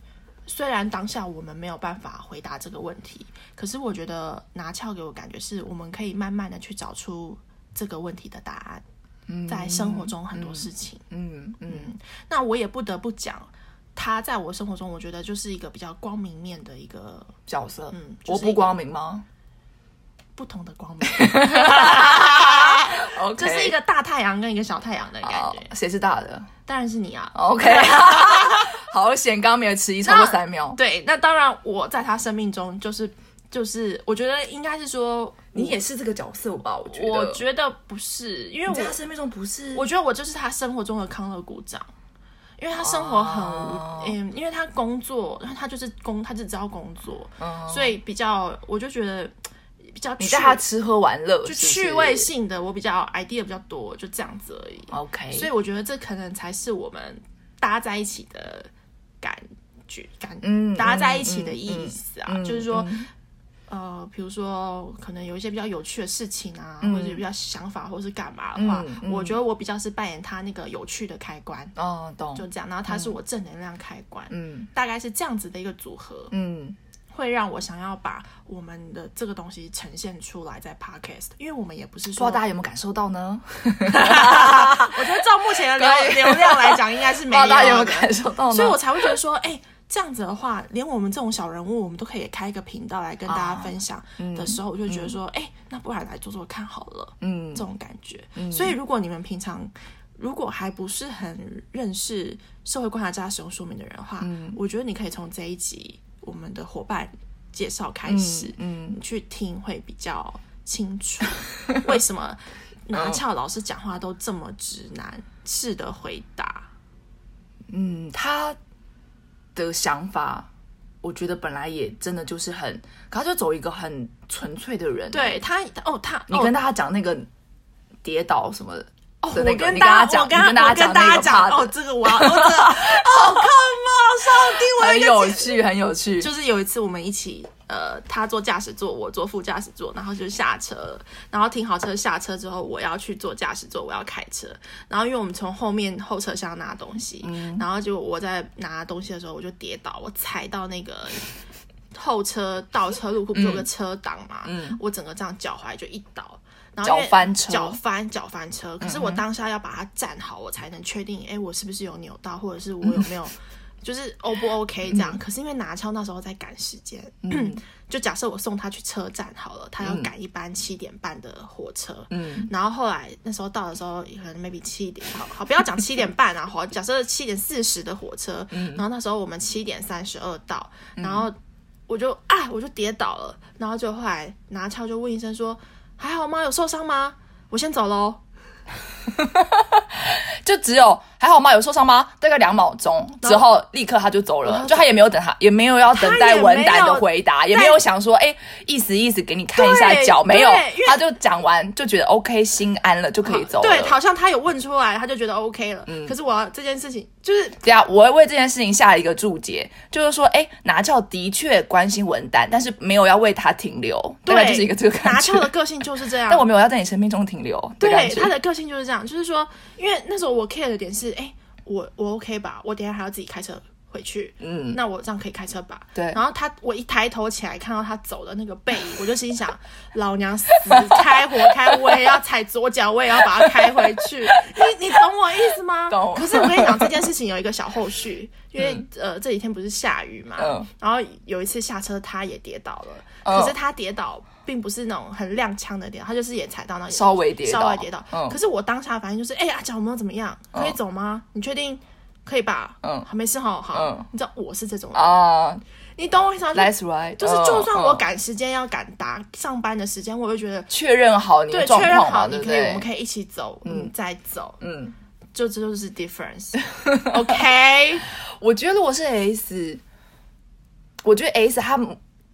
Speaker 1: 虽然当下我们没有办法回答这个问题，可是我觉得拿翘给我感觉是，我们可以慢慢的去找出这个问题的答案。在生活中很多事情，
Speaker 2: 嗯嗯，
Speaker 1: 那我也不得不讲，他在我生活中，我觉得就是一个比较光明面的一个
Speaker 2: 角色，
Speaker 1: 嗯就是
Speaker 2: 我不光明吗
Speaker 1: 不同的 光明。
Speaker 2: ？OK，
Speaker 1: 这是一个大太阳跟一个小太阳的感
Speaker 2: 好
Speaker 1: 觉，
Speaker 2: 谁是大的
Speaker 1: 当然是你啊。
Speaker 2: ？OK，好险，刚刚没有迟疑超过
Speaker 1: 那
Speaker 2: 三秒。
Speaker 1: 对，那当然我在他生命中就是就是，我觉得应该是说，
Speaker 2: 你也是这个角色吧？我觉
Speaker 1: 我觉得不是，因为
Speaker 2: 在他
Speaker 1: 我
Speaker 2: 生命中不是
Speaker 1: 我觉得我就是他生活中的康乐股长，因为他生活很无、
Speaker 2: 哦
Speaker 1: 嗯，因为他工作，然后他就是工，他就只要工作，所以比较我就觉得比较
Speaker 2: 哦你
Speaker 1: 趣
Speaker 2: 带他吃喝玩乐，
Speaker 1: 就是
Speaker 2: 不是
Speaker 1: 趣味性的，我比较 idea 比较多，就这样子而已。
Speaker 2: OK，
Speaker 1: 所以我觉得这可能才是我们搭在一起的感觉感，
Speaker 2: 嗯
Speaker 1: 搭在一
Speaker 2: 嗯
Speaker 1: 起的
Speaker 2: 嗯
Speaker 1: 意思啊，
Speaker 2: 嗯
Speaker 1: 就是说，
Speaker 2: 嗯
Speaker 1: 呃，比如说可能有一些比较有趣的事情啊，
Speaker 2: 嗯
Speaker 1: 或者是比较想法，或是干嘛的话，
Speaker 2: 嗯嗯
Speaker 1: 我觉得我比较是扮演他那个有趣的开关，
Speaker 2: 哦，懂，
Speaker 1: 就这样，然后他是我正能量开关，
Speaker 2: 嗯
Speaker 1: 大概是这样子的一个组合，
Speaker 2: 嗯
Speaker 1: 会让我想要把我们的这个东西呈现出来在 podcast，因为我们也不是
Speaker 2: 不知道
Speaker 1: 说
Speaker 2: 大，家有没有感受到呢？
Speaker 1: 我觉得 照目前的
Speaker 2: 可以
Speaker 1: 流流量来讲，应该是
Speaker 2: 不
Speaker 1: 没啊
Speaker 2: 知道大家有没有
Speaker 1: 的
Speaker 2: 感受到呢？
Speaker 1: 所以我才会觉得说，哎、这样子的话，连我们这种小人物，我们都可以开一个频道来跟大
Speaker 2: 哦
Speaker 1: 家分享的时候，我就觉得说，哎、那不然来做做看好了，
Speaker 2: 嗯
Speaker 1: 这种感觉。所以如果你们平常如果还不是很认识社会观察家使用说明的人的话，
Speaker 2: 嗯
Speaker 1: 我觉得你可以从这一集我们的伙伴介绍开始，
Speaker 2: 嗯，
Speaker 1: 你去听会比较清 楚为什么
Speaker 2: 嗯
Speaker 1: 拿翘老师讲话都这么直男式的回答。
Speaker 2: 嗯，他的想法，我觉得本来也真的就是很，可他就走一个很纯粹的人。，
Speaker 1: 对他，哦，他，
Speaker 2: 你
Speaker 1: 哦
Speaker 2: 跟大家讲那个跌倒什么的。
Speaker 1: 哦，
Speaker 2: 的那
Speaker 1: 我
Speaker 2: 个
Speaker 1: 跟
Speaker 2: 你
Speaker 1: 大
Speaker 2: 跟他讲
Speaker 1: 我跟
Speaker 2: 你跟大家
Speaker 1: 我跟
Speaker 2: 讲那
Speaker 1: 大家
Speaker 2: 个
Speaker 1: 讲，
Speaker 2: part
Speaker 1: 哦，这个我要，哦，这个，哦，看嘛，上帝，我有
Speaker 2: 很
Speaker 1: 一个
Speaker 2: 有趣，很有趣。
Speaker 1: 就是有一次我们一起，呃，他坐驾驶座，我坐副驾驶座，然后就下车，然后停好车下车之后，我要去坐驾驶座，我要开车，然后因为我们从后面后车厢拿东西，
Speaker 2: 嗯
Speaker 1: 然后就我在拿东西的时候我就跌倒，我踩到那个。后车倒车入库不是有
Speaker 2: 嗯
Speaker 1: 个车挡嘛？我整个这样脚踝就一倒，然后因为
Speaker 2: 脚翻车嗯
Speaker 1: 脚翻脚翻
Speaker 2: 嗯
Speaker 1: 车。可是我当下要把它站好，我才能确定，哎、我是不是有扭到，或者是我有没有就是 O 不 OK 这样。可是因为拿翘那时候在赶时间，
Speaker 2: 嗯
Speaker 1: 就假设我送他去车站好了，他要赶一班七点半的火车，嗯，然后后来那时候到的时候可能 maybe 七点，好好不要讲七点半啊，好，假设七点四十的火车，
Speaker 2: 嗯
Speaker 1: 然后那时候我们七点三十二到，然后我就啊我就跌倒了，然后就后来拿翘就问医生说还好吗？有受伤吗？我先走喽。
Speaker 2: 就只有还好吗？有受伤吗？大概两秒钟
Speaker 1: 哦
Speaker 2: 之后，立刻他就走了，就他也没有等他，也没有要等待文胆的回答，也没有想说，哎、意思意思给你看一下脚，
Speaker 1: 对
Speaker 2: 没有
Speaker 1: 对因为，
Speaker 2: 他就讲完就觉得 OK，心安了，就可以走了。嗯
Speaker 1: 对，好像他有问出来，他就觉得 OK 了。可是我要这件事情就是
Speaker 2: 对啊，我会为这件事情下一个注解，就是说，哎，拿翘的确关心文胆，但是没有要为他停留，大概
Speaker 1: 对
Speaker 2: 就是一个这个感
Speaker 1: 拿
Speaker 2: 觉
Speaker 1: 翘。的个性就是这样。
Speaker 2: 但我没有要在你生命中停留的感
Speaker 1: 对
Speaker 2: 觉。
Speaker 1: 他的个性就是这样，就是说，因为那时候我 care 的点是，哎、我我 OK 吧？我等一下还要自己开车回去，嗯，那我这样可以开车吧？
Speaker 2: 对
Speaker 1: 然后他，我一抬头起来看到他走的那个背影，我就心想， 老娘死开活开，我也要踩左脚，我也要把它开回去。你你懂我意思吗？
Speaker 2: 懂
Speaker 1: 可是我跟你讲，这件事情有一个小后续，因为、呃这几天不是下雨嘛，
Speaker 2: 嗯
Speaker 1: 然后有一次下车他也跌倒了，
Speaker 2: 嗯
Speaker 1: 可是他跌倒。并不是那种很踉跄的跌倒，他就是也踩到那里，
Speaker 2: 稍微跌倒
Speaker 1: 稍微跌倒。
Speaker 2: 嗯
Speaker 1: 可是我当下的反应就是，哎、呀，阿脚有没有怎么样？可以走吗？你确定可以吧？
Speaker 2: 嗯
Speaker 1: 好，没事哈，好。
Speaker 2: 嗯
Speaker 1: 你知道我是这种人，
Speaker 2: 啊、
Speaker 1: 你懂我意思吗？
Speaker 2: t h a t s right，
Speaker 1: 就是就算我
Speaker 2: 嗯嗯
Speaker 1: 赶时间要赶达上班的时间，我会觉得
Speaker 2: 确认好你
Speaker 1: 对
Speaker 2: 的状
Speaker 1: 确认
Speaker 2: 况
Speaker 1: 好
Speaker 2: 嘛，
Speaker 1: 你
Speaker 2: 对不
Speaker 1: 可以，我
Speaker 2: 对
Speaker 1: 们？可以一起走，嗯，再走，
Speaker 2: 嗯，
Speaker 1: 就这就是 difference。OK，
Speaker 2: 我觉得我是 S，我觉得 S 他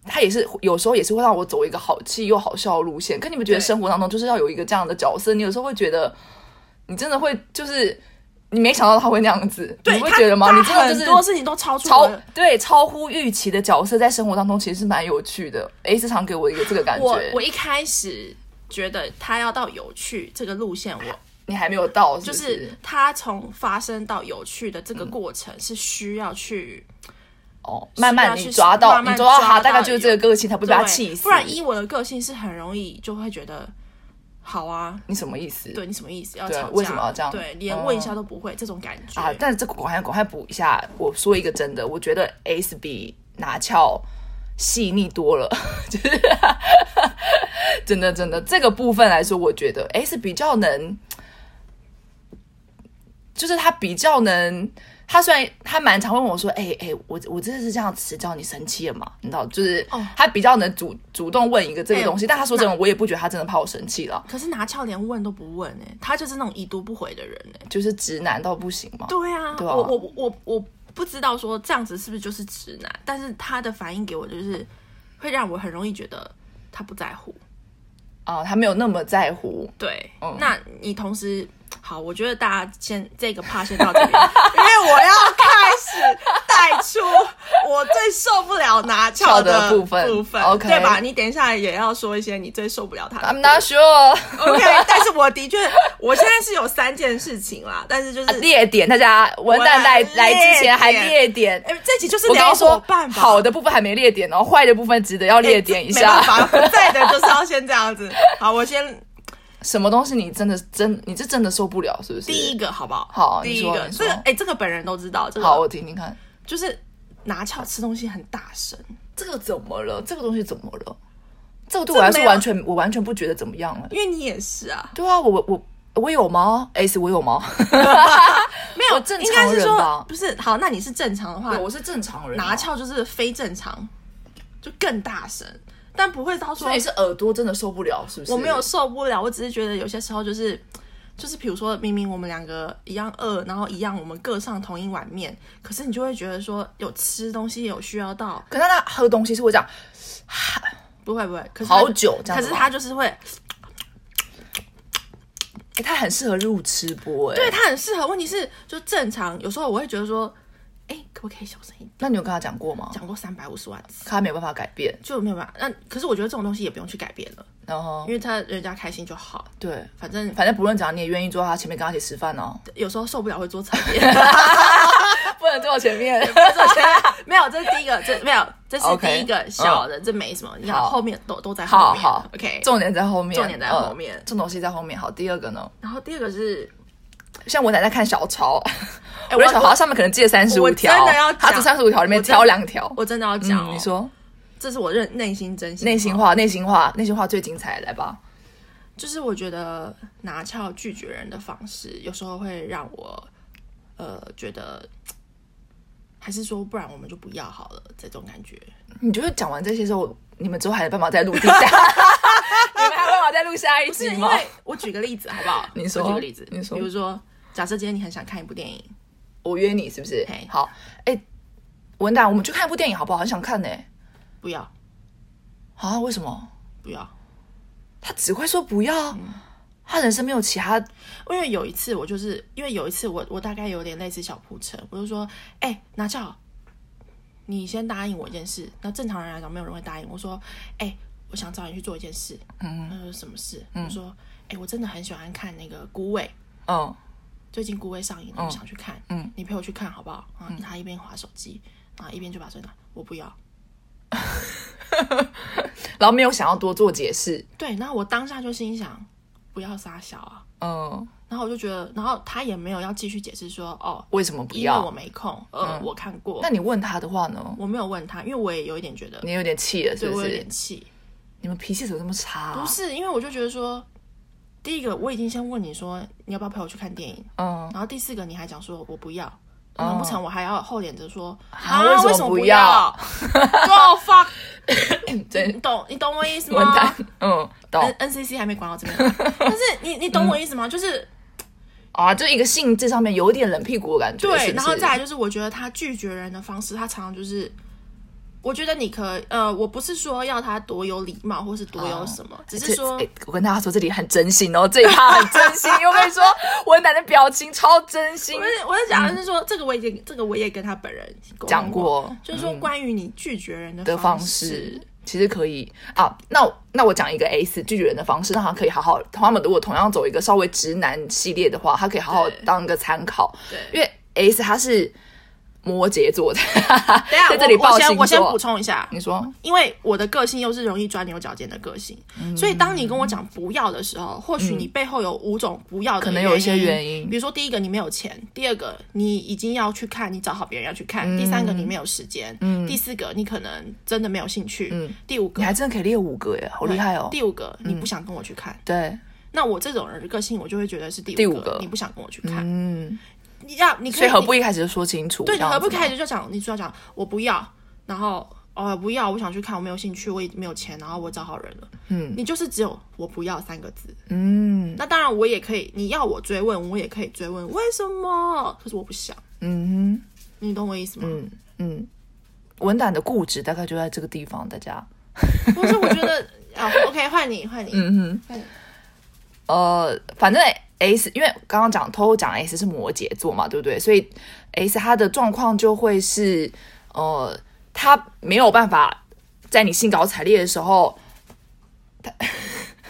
Speaker 2: 他也是有时候也是会让我走一个好气又好笑的路线。可你们觉得
Speaker 1: 对
Speaker 2: 生活当中就是要有一个这样的角色，你有时候会觉得你真的会就是你没想到他会那样子，
Speaker 1: 对，
Speaker 2: 你会
Speaker 1: 他
Speaker 2: 觉得吗？
Speaker 1: 他
Speaker 2: 你真的就
Speaker 1: 很多
Speaker 2: 是。
Speaker 1: 事情都超出我
Speaker 2: 超
Speaker 1: 的
Speaker 2: 对超乎预期的角色在生活当中其实是蛮有趣的，S 常给我一个这个感
Speaker 1: 我
Speaker 2: 觉。
Speaker 1: 我一开始觉得他要到有趣这个路线， 我
Speaker 2: 你还没有到
Speaker 1: 就
Speaker 2: 不
Speaker 1: 是它从发生到有趣的这个过程是需要去，
Speaker 2: 哦，慢
Speaker 1: 是
Speaker 2: 慢你
Speaker 1: 要去
Speaker 2: 抓到
Speaker 1: 慢慢
Speaker 2: 你抓到
Speaker 1: 抓
Speaker 2: 他，
Speaker 1: 到
Speaker 2: 大概就是这个个性，才不会被他
Speaker 1: 对
Speaker 2: 气死。
Speaker 1: 不然依我的个性是很容易就会觉得，好啊，
Speaker 2: 你什么意思？
Speaker 1: 对你什么意思要
Speaker 2: 对
Speaker 1: 吵架？
Speaker 2: 为什么要这样嗯
Speaker 1: 对，连问一下都不会，这种感觉
Speaker 2: 啊，但是这个赶快赶快补一下，我说一个真的，我觉得 S 比拿翘细腻多了，就是 真的真的这个部分来说，我觉得 S 比较能，就是他比较能。他虽然他蛮常会问我说：“哎、哎、我我真的是这样迟到，你生气了吗？”你知道，就是
Speaker 1: 哦
Speaker 2: 他比较能主主动问一个这个
Speaker 1: 哎
Speaker 2: 东西。但他说真的，我也不觉得他真的怕我生气了，
Speaker 1: 可是拿翘连问都不问哎、他就是那种已读不回的人哎、
Speaker 2: 就是直男到不行嘛。
Speaker 1: 对啊，
Speaker 2: 哦对啊
Speaker 1: 我我我我不知道说这样子是不是就是直男，但是他的反应给我就是会让我很容易觉得他不在乎。
Speaker 2: 啊、他没有那么在乎。
Speaker 1: 对，
Speaker 2: 嗯
Speaker 1: 那你同时好，我觉得大家先这个怕先到这边，因为我要开始带出我最受不了拿翘
Speaker 2: 翘的部分
Speaker 1: 部分
Speaker 2: OK
Speaker 1: 对吧？你等一下也要说一些你最受不了他的
Speaker 2: I'm not sure。
Speaker 1: OK，但 是我的确，我现在是有三件事情啦，但是就是，哎、
Speaker 2: 啊列点，大家文旦来
Speaker 1: 文旦
Speaker 2: 来之前还
Speaker 1: 列点
Speaker 2: 列点。
Speaker 1: 哎这集就是
Speaker 2: 我跟
Speaker 1: 聊哎
Speaker 2: 你
Speaker 1: 伙
Speaker 2: 说
Speaker 1: 伴，吧，
Speaker 2: 好的部分还没列点哦，坏的部分值得要
Speaker 1: 哎
Speaker 2: 列点一
Speaker 1: 没
Speaker 2: 下
Speaker 1: 办。法，不在的就是要先这样子。 好，我先
Speaker 2: 什么东西你真的真你是真的受不了，是不是？
Speaker 1: 第一个好不好？
Speaker 2: 好
Speaker 1: 第一
Speaker 2: 你说
Speaker 1: 个，
Speaker 2: 你
Speaker 1: 这
Speaker 2: 说
Speaker 1: 个哎、这个本人都知道，这个
Speaker 2: 好，我听听看，
Speaker 1: 就是拿翘吃东西很大声。
Speaker 2: 这个怎么了？这个东西怎么了？这个对我来
Speaker 1: 这
Speaker 2: 说
Speaker 1: 没有
Speaker 2: 完全我完全不觉得怎么样了。
Speaker 1: 因为你也是啊，
Speaker 2: 对啊，我我我我有吗？S 我有吗？
Speaker 1: 没有
Speaker 2: 我正
Speaker 1: 应该
Speaker 2: 常
Speaker 1: 是
Speaker 2: 人
Speaker 1: 说
Speaker 2: 吧
Speaker 1: 不是好，那你是正常的话，
Speaker 2: 是正常人
Speaker 1: 拿，翘就是非正常，就更大声，但不会到说
Speaker 2: 所以是耳朵真的受不了，是不是？
Speaker 1: 我没有受不了，我只是觉得有些时候就是。就是比如说，明明我们两个一样饿，然后一样我们各上同一碗面，可是你就会觉得说有吃东西有需要到，
Speaker 2: 可是他喝东西是会这样，
Speaker 1: 不会不会，可是他
Speaker 2: 好久这样
Speaker 1: 可
Speaker 2: 子
Speaker 1: 是
Speaker 2: 吗
Speaker 1: 他就是会，
Speaker 2: 诶欸他很适合入吃播哎。
Speaker 1: 对，他很适合。问题是就正常，有时候我会觉得说，哎、可不可以小声一点？
Speaker 2: 那你有跟他讲过吗？
Speaker 1: 讲过三百五十万次。
Speaker 2: 他没有办法改变，
Speaker 1: 就没有办法。那可是我觉得这种东西也不用去改变了，
Speaker 2: 然后
Speaker 1: 因为他人家开心就好。
Speaker 2: 对，
Speaker 1: 反正
Speaker 2: 反正不论怎样，你也愿意坐在他前面跟他一起吃饭哦，
Speaker 1: 有时候受不了会做彩电，
Speaker 2: 不能坐我前面。
Speaker 1: 没有，这是第一个，这没有，这是
Speaker 2: OK，
Speaker 1: 第一个小的，这没什么。你看
Speaker 2: 好
Speaker 1: 后面都都在后
Speaker 2: 好
Speaker 1: 面。
Speaker 2: 好
Speaker 1: OK。
Speaker 2: 重点在后面，呃
Speaker 1: 重点在后面
Speaker 2: 嗯重头戏在后面。好，第二个呢？
Speaker 1: 然后第二个是
Speaker 2: 像我奶奶看小抄，
Speaker 1: 哎
Speaker 2: 我的小抄
Speaker 1: 我
Speaker 2: 上面可能记了三十
Speaker 1: 我
Speaker 2: 五
Speaker 1: 真
Speaker 2: 条
Speaker 1: 的要，
Speaker 2: 她只
Speaker 1: 讲
Speaker 2: 三十五条里面
Speaker 1: 我真
Speaker 2: 挑两条。
Speaker 1: 我真的要讲、哦
Speaker 2: 嗯，你说
Speaker 1: 这是我认内心真心
Speaker 2: 内心
Speaker 1: 话，
Speaker 2: 话，内心话，内心话最精彩，来吧。
Speaker 1: 就是我觉得拿翘拒绝人的方式，有时候会让我呃觉得，还是说不然我们就不要好了这种感觉。
Speaker 2: 你觉得讲完这些之后，你们之后还有办法再录第 下？你们还有办法再录下一集
Speaker 1: 是因
Speaker 2: 吗？
Speaker 1: 为我举个例子好不好？
Speaker 2: 你说
Speaker 1: 我举个例子，
Speaker 2: 你说
Speaker 1: 比如说，假设今天你很想看一部电影，
Speaker 2: 我约你是不是
Speaker 1: 嘿？
Speaker 2: 好，哎、文达，我们去看一部电影好不好？很想看呢、
Speaker 1: 不要
Speaker 2: 啊，为什么？
Speaker 1: 不要，
Speaker 2: 他只会说不要，
Speaker 1: 嗯
Speaker 2: 他人生没有其他。
Speaker 1: 因为有一次我就是因为有一次我我大概有点类似小铺陈，我就说，哎、拿翘，你先答应我一件事。那正常人来讲，没有人会答应。我说，哎、我想找你去做一件事。嗯，他说什么事？我说，哎、我真的很喜欢看那个孤味，
Speaker 2: 嗯，
Speaker 1: 最近孤味上映，我想去看。
Speaker 2: 嗯，
Speaker 1: 你陪我去看好不好？然后他一边划手机，然后一边就把手机拿，我不要。
Speaker 2: 然后没有想要多做解释。
Speaker 1: 对，然后我当下就心想，不要撒小啊。
Speaker 2: 嗯，
Speaker 1: 然后我就觉得，然后他也没有要继续解释说，哦，
Speaker 2: 为什么不
Speaker 1: 因为我
Speaker 2: 要？嗯
Speaker 1: 没空，呃，我看过
Speaker 2: 那。你问他的话呢？
Speaker 1: 我没有问他，因为我也有一点觉得，
Speaker 2: 你有点气了，是
Speaker 1: 对
Speaker 2: 不
Speaker 1: 我有
Speaker 2: 是
Speaker 1: 点？气。
Speaker 2: 你们脾气怎么这么差啊、
Speaker 1: 不是，因为我就觉得说，第一个我已经先问你说你要不要陪我去看电影，
Speaker 2: 嗯，
Speaker 1: 然后第四个你还讲说我不要，难不成我还要厚脸着说
Speaker 2: 哦啊为
Speaker 1: 为
Speaker 2: 什
Speaker 1: 么
Speaker 2: 么不
Speaker 1: 不
Speaker 2: 要
Speaker 1: ？Go fuck！
Speaker 2: 对
Speaker 1: 你懂你懂我意思
Speaker 2: 文
Speaker 1: 吗
Speaker 2: 达，嗯，懂
Speaker 1: N-？NCC 还没管到这边 来，但是你你懂我意思吗？
Speaker 2: 嗯
Speaker 1: 就是
Speaker 2: 啊，就一个性质上面有一点冷屁股的感觉。是
Speaker 1: 对，
Speaker 2: 不
Speaker 1: 然后
Speaker 2: 是
Speaker 1: 再来就是，我觉得他拒绝人的方式，他常常就是，我觉得你可呃，我不是说要他多有礼貌或是多有什么，只是
Speaker 2: 哦这
Speaker 1: 说
Speaker 2: 诶我跟大家说，这里很真心哦，这一趴很真 心。因为我跟你说，文楠的表情超真心
Speaker 1: 不，是，我是讲的是说，这个我已经，这个我也跟他本人沟通
Speaker 2: 讲，过嗯
Speaker 1: 就是说关于你拒绝人
Speaker 2: 的
Speaker 1: 的
Speaker 2: 方式
Speaker 1: 式，。
Speaker 2: 其实可以啊，那我那我讲一个 A 四拒绝人的方式，让他可以好好，他们如果同样走一个稍微直男系列的话，他可以好好
Speaker 1: 对
Speaker 2: 当一个参考。
Speaker 1: 对，
Speaker 2: 因为 A 四他是摩羯座 的，
Speaker 1: 等一下
Speaker 2: 在这里
Speaker 1: 啊我
Speaker 2: 报嗯
Speaker 1: 我
Speaker 2: 星
Speaker 1: 先
Speaker 2: 座。
Speaker 1: 我先补充一下，
Speaker 2: 你说
Speaker 1: 因为我的个性又是容易钻牛角尖的个性，
Speaker 2: 嗯
Speaker 1: 所以当你跟我讲不要的时候，或许你背后有五种不要的，
Speaker 2: 可能有一些原因
Speaker 1: 比如说第一个你没有钱，第二个你已经要去看，你找好别人要去看，
Speaker 2: 嗯
Speaker 1: 第三个你没有时间，第四个你可能真的没有兴趣，第五个
Speaker 2: 嗯你还真的可以列五个耶，好厉害哦！
Speaker 1: 第五个你不想跟我去看，
Speaker 2: 对，
Speaker 1: 那我这种人的个性，我就会觉得是第
Speaker 2: 第五
Speaker 1: 五
Speaker 2: 个
Speaker 1: 你不想跟我去看，
Speaker 2: 嗯，
Speaker 1: 你要你可以
Speaker 2: 所以何不
Speaker 1: 你
Speaker 2: 一开始就说清楚？
Speaker 1: 对，
Speaker 2: 这
Speaker 1: 你
Speaker 2: 样
Speaker 1: 何不
Speaker 2: 子吗
Speaker 1: 开始就讲，你主要讲我不要，然后哦不要，我想去看，我没有兴趣，我也没有钱，然后我找好人了。嗯，你就是只有我不要三个字。
Speaker 2: 嗯
Speaker 1: 那当然，我也可以，你要我追问，我也可以追问为什么，可是我不想，
Speaker 2: 嗯。
Speaker 1: 你懂我意思吗？
Speaker 2: 嗯嗯，文胆的固执大概就在这个地方，大家。
Speaker 1: 不是，我觉得啊，OK，换你，换你，
Speaker 2: 嗯
Speaker 1: 换你
Speaker 2: 呃，反正 S 因为刚刚讲偷偷讲 S 是摩羯座嘛，对不对？所以 S 他的状况就会是，呃，他没有办法在你兴高采烈的时候。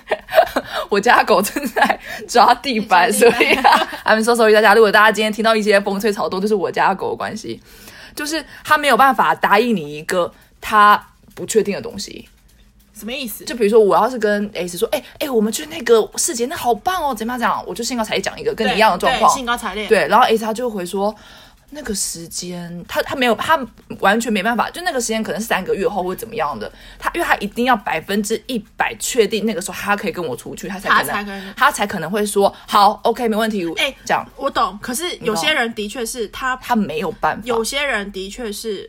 Speaker 2: 他我家狗正在抓地板，
Speaker 1: 抓
Speaker 2: 所
Speaker 1: 地板
Speaker 2: 以啊，I'm so sorry 大家。如果大家今天听到一些风吹草动，就是我家狗的关系，就是他没有办法答应你一个他不确定的东西。
Speaker 1: 什么意思？
Speaker 2: 就比如说，我要是跟 S 说，哎、哎、我们去那个世界，那好棒哦，怎么样怎么样，我就兴高采烈讲一个跟你
Speaker 1: 对
Speaker 2: 一样的状
Speaker 1: 对
Speaker 2: 况，
Speaker 1: 兴高采烈。，
Speaker 2: 对，然后 S 他就回说。那个时间，他他没有，他完全没办法，就那个时间可能是三个月后或怎么样的，他因为他一定要百分之一百确定那个时候他可以跟我出去，他才可
Speaker 1: 他
Speaker 2: 能
Speaker 1: 才可能
Speaker 2: 他才可能会说好，OK，没问题，
Speaker 1: 哎
Speaker 2: 这样
Speaker 1: 我懂。可是有些人的确是他，
Speaker 2: 他没有办法，
Speaker 1: 有些人的确是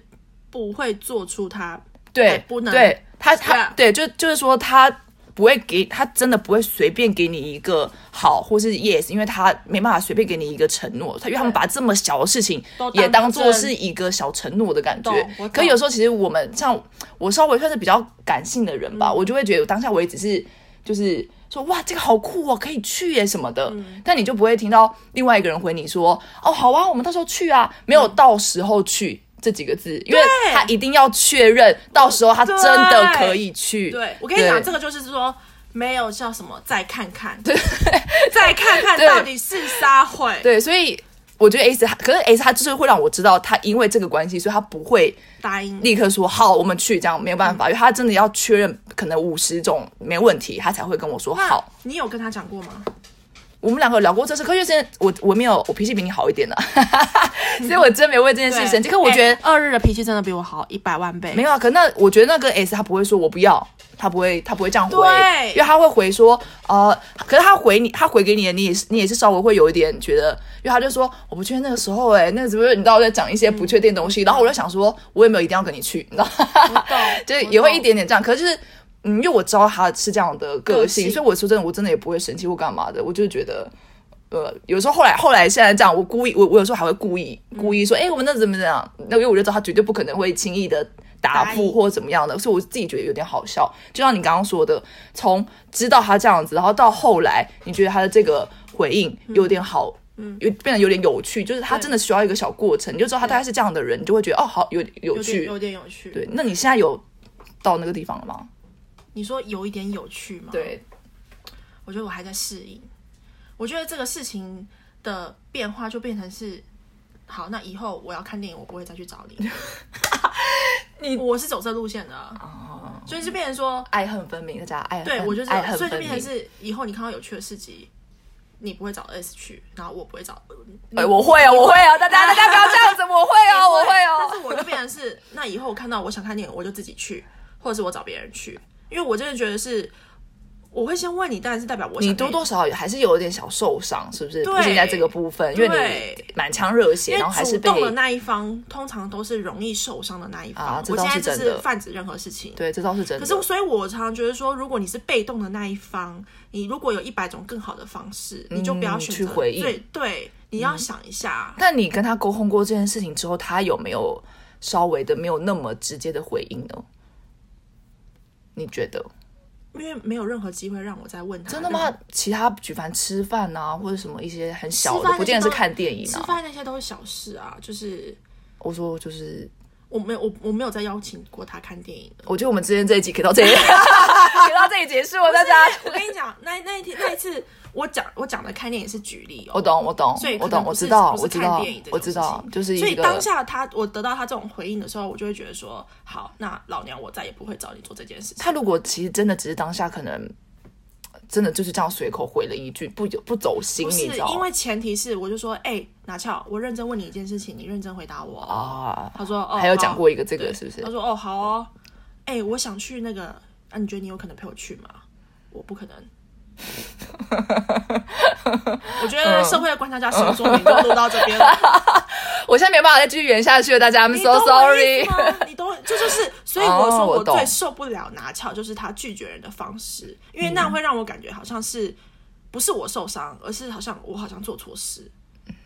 Speaker 1: 不会做出他
Speaker 2: 对
Speaker 1: 对，不能啊
Speaker 2: 对他他
Speaker 1: Yeah
Speaker 2: 对，就就是说他不会给他真的不会随便给你一个好或是 yes，因为他没办法随便给你一个承诺，他因为他们把这么小的事情
Speaker 1: 都当
Speaker 2: 也当做
Speaker 1: 真
Speaker 2: 是一个小承诺的感觉
Speaker 1: 懂我。
Speaker 2: 可
Speaker 1: 懂
Speaker 2: 有时候其实我们像我稍微算是比较感性的人
Speaker 1: 嗯
Speaker 2: 吧，我就会觉得当下我也只是就是。说哇，这个好酷哦，可以去耶什么的，
Speaker 1: 嗯
Speaker 2: 但你就不会听到另外一个人回你说哦，好啊，我们到时候去啊，没有到时候去这几个字，因为
Speaker 1: 嗯对
Speaker 2: 他一定要确认，到时候他真的可以去。
Speaker 1: 对，我跟你讲，这
Speaker 2: 个
Speaker 1: 个就是说没有叫什么再看看，对， 再看 看到底是杀会，
Speaker 2: 对，所以我觉得 S 他，可是 S 他就是会让我知道，他因为这个关系，所以他不会
Speaker 1: 答应
Speaker 2: 立刻说好，我们去这样没有办法，
Speaker 1: 嗯
Speaker 2: 因为他真的要确认可能五十种没问题，他才会跟我说
Speaker 1: 那
Speaker 2: 好。
Speaker 1: 你有跟他讲过吗？
Speaker 2: 我们两个有聊过这事，可是现在我我没有，我脾气比你好 一点的、啊，所以我真没为这件事生气。可我觉得、
Speaker 1: 哎二日的脾气真的比我好一百万倍，
Speaker 2: 没有啊，可那我觉得那个 S 他不会说我不要，他不会他不会这样回
Speaker 1: 对，
Speaker 2: 因为他会回说呃，可是他回你他回给你的，你也是你也是稍微会有一点觉得，因为他就说我不确定那个时候哎、那个时候你知道我在讲一些不确定的东
Speaker 1: 嗯
Speaker 2: 西，然后我就想说我也没有一定要跟你去，你知道，就是也会一点点这样，可是就是。嗯，因为我知道他是这样的个性，
Speaker 1: 个性
Speaker 2: 所以我说真的，我真的也不会生气或干嘛的。我就是觉得，呃，有时候后来后来现在这样，我故意我我有时候还会故意
Speaker 1: 嗯
Speaker 2: 故意说，哎、我们那怎么怎么样？那因为我就知道他绝对不可能会轻易的
Speaker 1: 答
Speaker 2: 答复
Speaker 1: 应
Speaker 2: 或者怎么样的，所以我自己觉得有点好笑。就像你刚刚说的，从知道他这样子，然后到后来你觉得他的这个回应有点好。嗯有变得有点有趣，就是他
Speaker 1: 对
Speaker 2: 真的需要一个小过程，你就知道他大概是这样的人，你就会觉得哦，好有有
Speaker 1: 有点
Speaker 2: 趣
Speaker 1: 有。点有趣。
Speaker 2: 对，那你现在有到那个地方了吗？
Speaker 1: 你说有一点有趣吗？，
Speaker 2: 对，
Speaker 1: 我觉得我还在适应。我觉得这个事情的变化就变成是，好，那以后我要看电影，我不会再去找你。
Speaker 2: 你
Speaker 1: 我是走这路线的，啊所以就变成说，
Speaker 2: 爱恨分明，大家爱恨
Speaker 1: 对我就是
Speaker 2: 爱恨
Speaker 1: 所以就
Speaker 2: 分
Speaker 1: 变
Speaker 2: 明哎
Speaker 1: 成。是以后你看到有趣的事集，你不会找 S 去，然后我不会找，
Speaker 2: 哎，我会啊，我会 啊，大家大家不要这样子，我会哦，我会
Speaker 1: 但是
Speaker 2: 哦。
Speaker 1: 我就变成是，那以后我看到我想看电影，我就自己去，或者是我找别人去，因为我真的觉得是，我会先问你，当然是代表我想
Speaker 2: 你多
Speaker 1: 看
Speaker 2: 多少少还是有一点小受伤，是不是？
Speaker 1: 对
Speaker 2: 不仅在这个部分，因为
Speaker 1: 对
Speaker 2: 你满腔热血，
Speaker 1: 因
Speaker 2: 然
Speaker 1: 为
Speaker 2: 后还是
Speaker 1: 哎主
Speaker 2: 被
Speaker 1: 动的那一方通常都是容易受伤的那一方。
Speaker 2: 啊这
Speaker 1: 我
Speaker 2: 倒
Speaker 1: 现
Speaker 2: 是
Speaker 1: 在就
Speaker 2: 真
Speaker 1: 是
Speaker 2: 的
Speaker 1: 泛指任何事情。
Speaker 2: 对，这倒是真
Speaker 1: 可
Speaker 2: 的。
Speaker 1: 是，所以我常常觉得说，如果你是被动的那一方，你如果有一百种更好的方式，你就不要选择
Speaker 2: 嗯去回应
Speaker 1: 对对，你要想一下。
Speaker 2: 但你跟他沟通过这件事情之后，他有没有稍微的没有那么直接的回应呢？你觉得
Speaker 1: 因为没有任何机会让我再问他。
Speaker 2: 真的吗？？其他举凡吃饭啊，或者什么一些很小
Speaker 1: 吃
Speaker 2: 的
Speaker 1: 饭，
Speaker 2: 不见得是
Speaker 1: 那些都
Speaker 2: 看电影
Speaker 1: 吃
Speaker 2: 啊。
Speaker 1: 饭那些都是小事啊，就是
Speaker 2: 我说就是
Speaker 1: 我没有我我没有再邀请过他看电影的。
Speaker 2: 我觉得我们之间这一集可以到这里， 可以到这里结束了，大家。
Speaker 1: 我跟你讲，那那一天那一次我讲我讲的看电影是举例哦，
Speaker 2: 我懂，我懂
Speaker 1: 所以，
Speaker 2: 我
Speaker 1: 可能
Speaker 2: 懂，
Speaker 1: 不
Speaker 2: 我
Speaker 1: 是
Speaker 2: 知道，
Speaker 1: 不
Speaker 2: 我
Speaker 1: 是
Speaker 2: 知
Speaker 1: 看
Speaker 2: 道
Speaker 1: 电影这，
Speaker 2: 我
Speaker 1: 种
Speaker 2: 知
Speaker 1: 事
Speaker 2: 道，
Speaker 1: 情
Speaker 2: 就是
Speaker 1: 所以
Speaker 2: 一个
Speaker 1: 当下他我得到他这种回应的时候，我就会觉得说，好，那老娘我再也不会找你做这件事情。
Speaker 2: 他如果其实真的只是当下可能真的就是这样随口回了一句，不不走心，
Speaker 1: 不
Speaker 2: 你
Speaker 1: 是
Speaker 2: 知道
Speaker 1: 因为前提是，我就说，哎、拿翘，我认真问你一件事情，你认真回答我。
Speaker 2: 啊？
Speaker 1: 他说，哦，
Speaker 2: 还有
Speaker 1: 好
Speaker 2: 讲过一个这
Speaker 1: 对
Speaker 2: 个是不是
Speaker 1: 他？说，哦，好哦，哎、我想去那个，啊，你觉得你有可能陪我去吗？我不可 能。我觉得社会的观察家十个说明都录到这边了，
Speaker 2: 我现在没办法再继续圆下去了，大家，I'm
Speaker 1: 你懂
Speaker 2: so
Speaker 1: 我意
Speaker 2: sorry
Speaker 1: 思。吗哎你懂我，这就是，所以我
Speaker 2: 哦
Speaker 1: 说
Speaker 2: 我
Speaker 1: 我
Speaker 2: 懂
Speaker 1: 最受不了拿翘，就是他拒绝人的方式，因为那
Speaker 2: 嗯
Speaker 1: 样会让我感觉好像是不是我受伤，而是好像我好像做错事。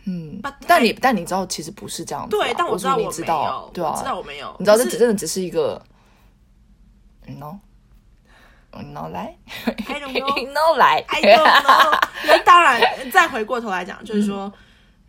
Speaker 1: 嗯，
Speaker 2: 但你但你知道，其实不是这样子啊。
Speaker 1: 哎对，但
Speaker 2: 我
Speaker 1: 知道
Speaker 2: 说你
Speaker 1: 我
Speaker 2: 知
Speaker 1: 没
Speaker 2: 道
Speaker 1: 有，，
Speaker 2: 对
Speaker 1: 我知
Speaker 2: 啊
Speaker 1: 道，我没有，
Speaker 2: 你知道这
Speaker 1: 可
Speaker 2: 只
Speaker 1: 是
Speaker 2: 真的只是一个，嗯喏，嗯喏来，
Speaker 1: I don't
Speaker 2: 嗯
Speaker 1: know，
Speaker 2: 喏来，
Speaker 1: I don't know。那 当然，再回过头来讲，就是说，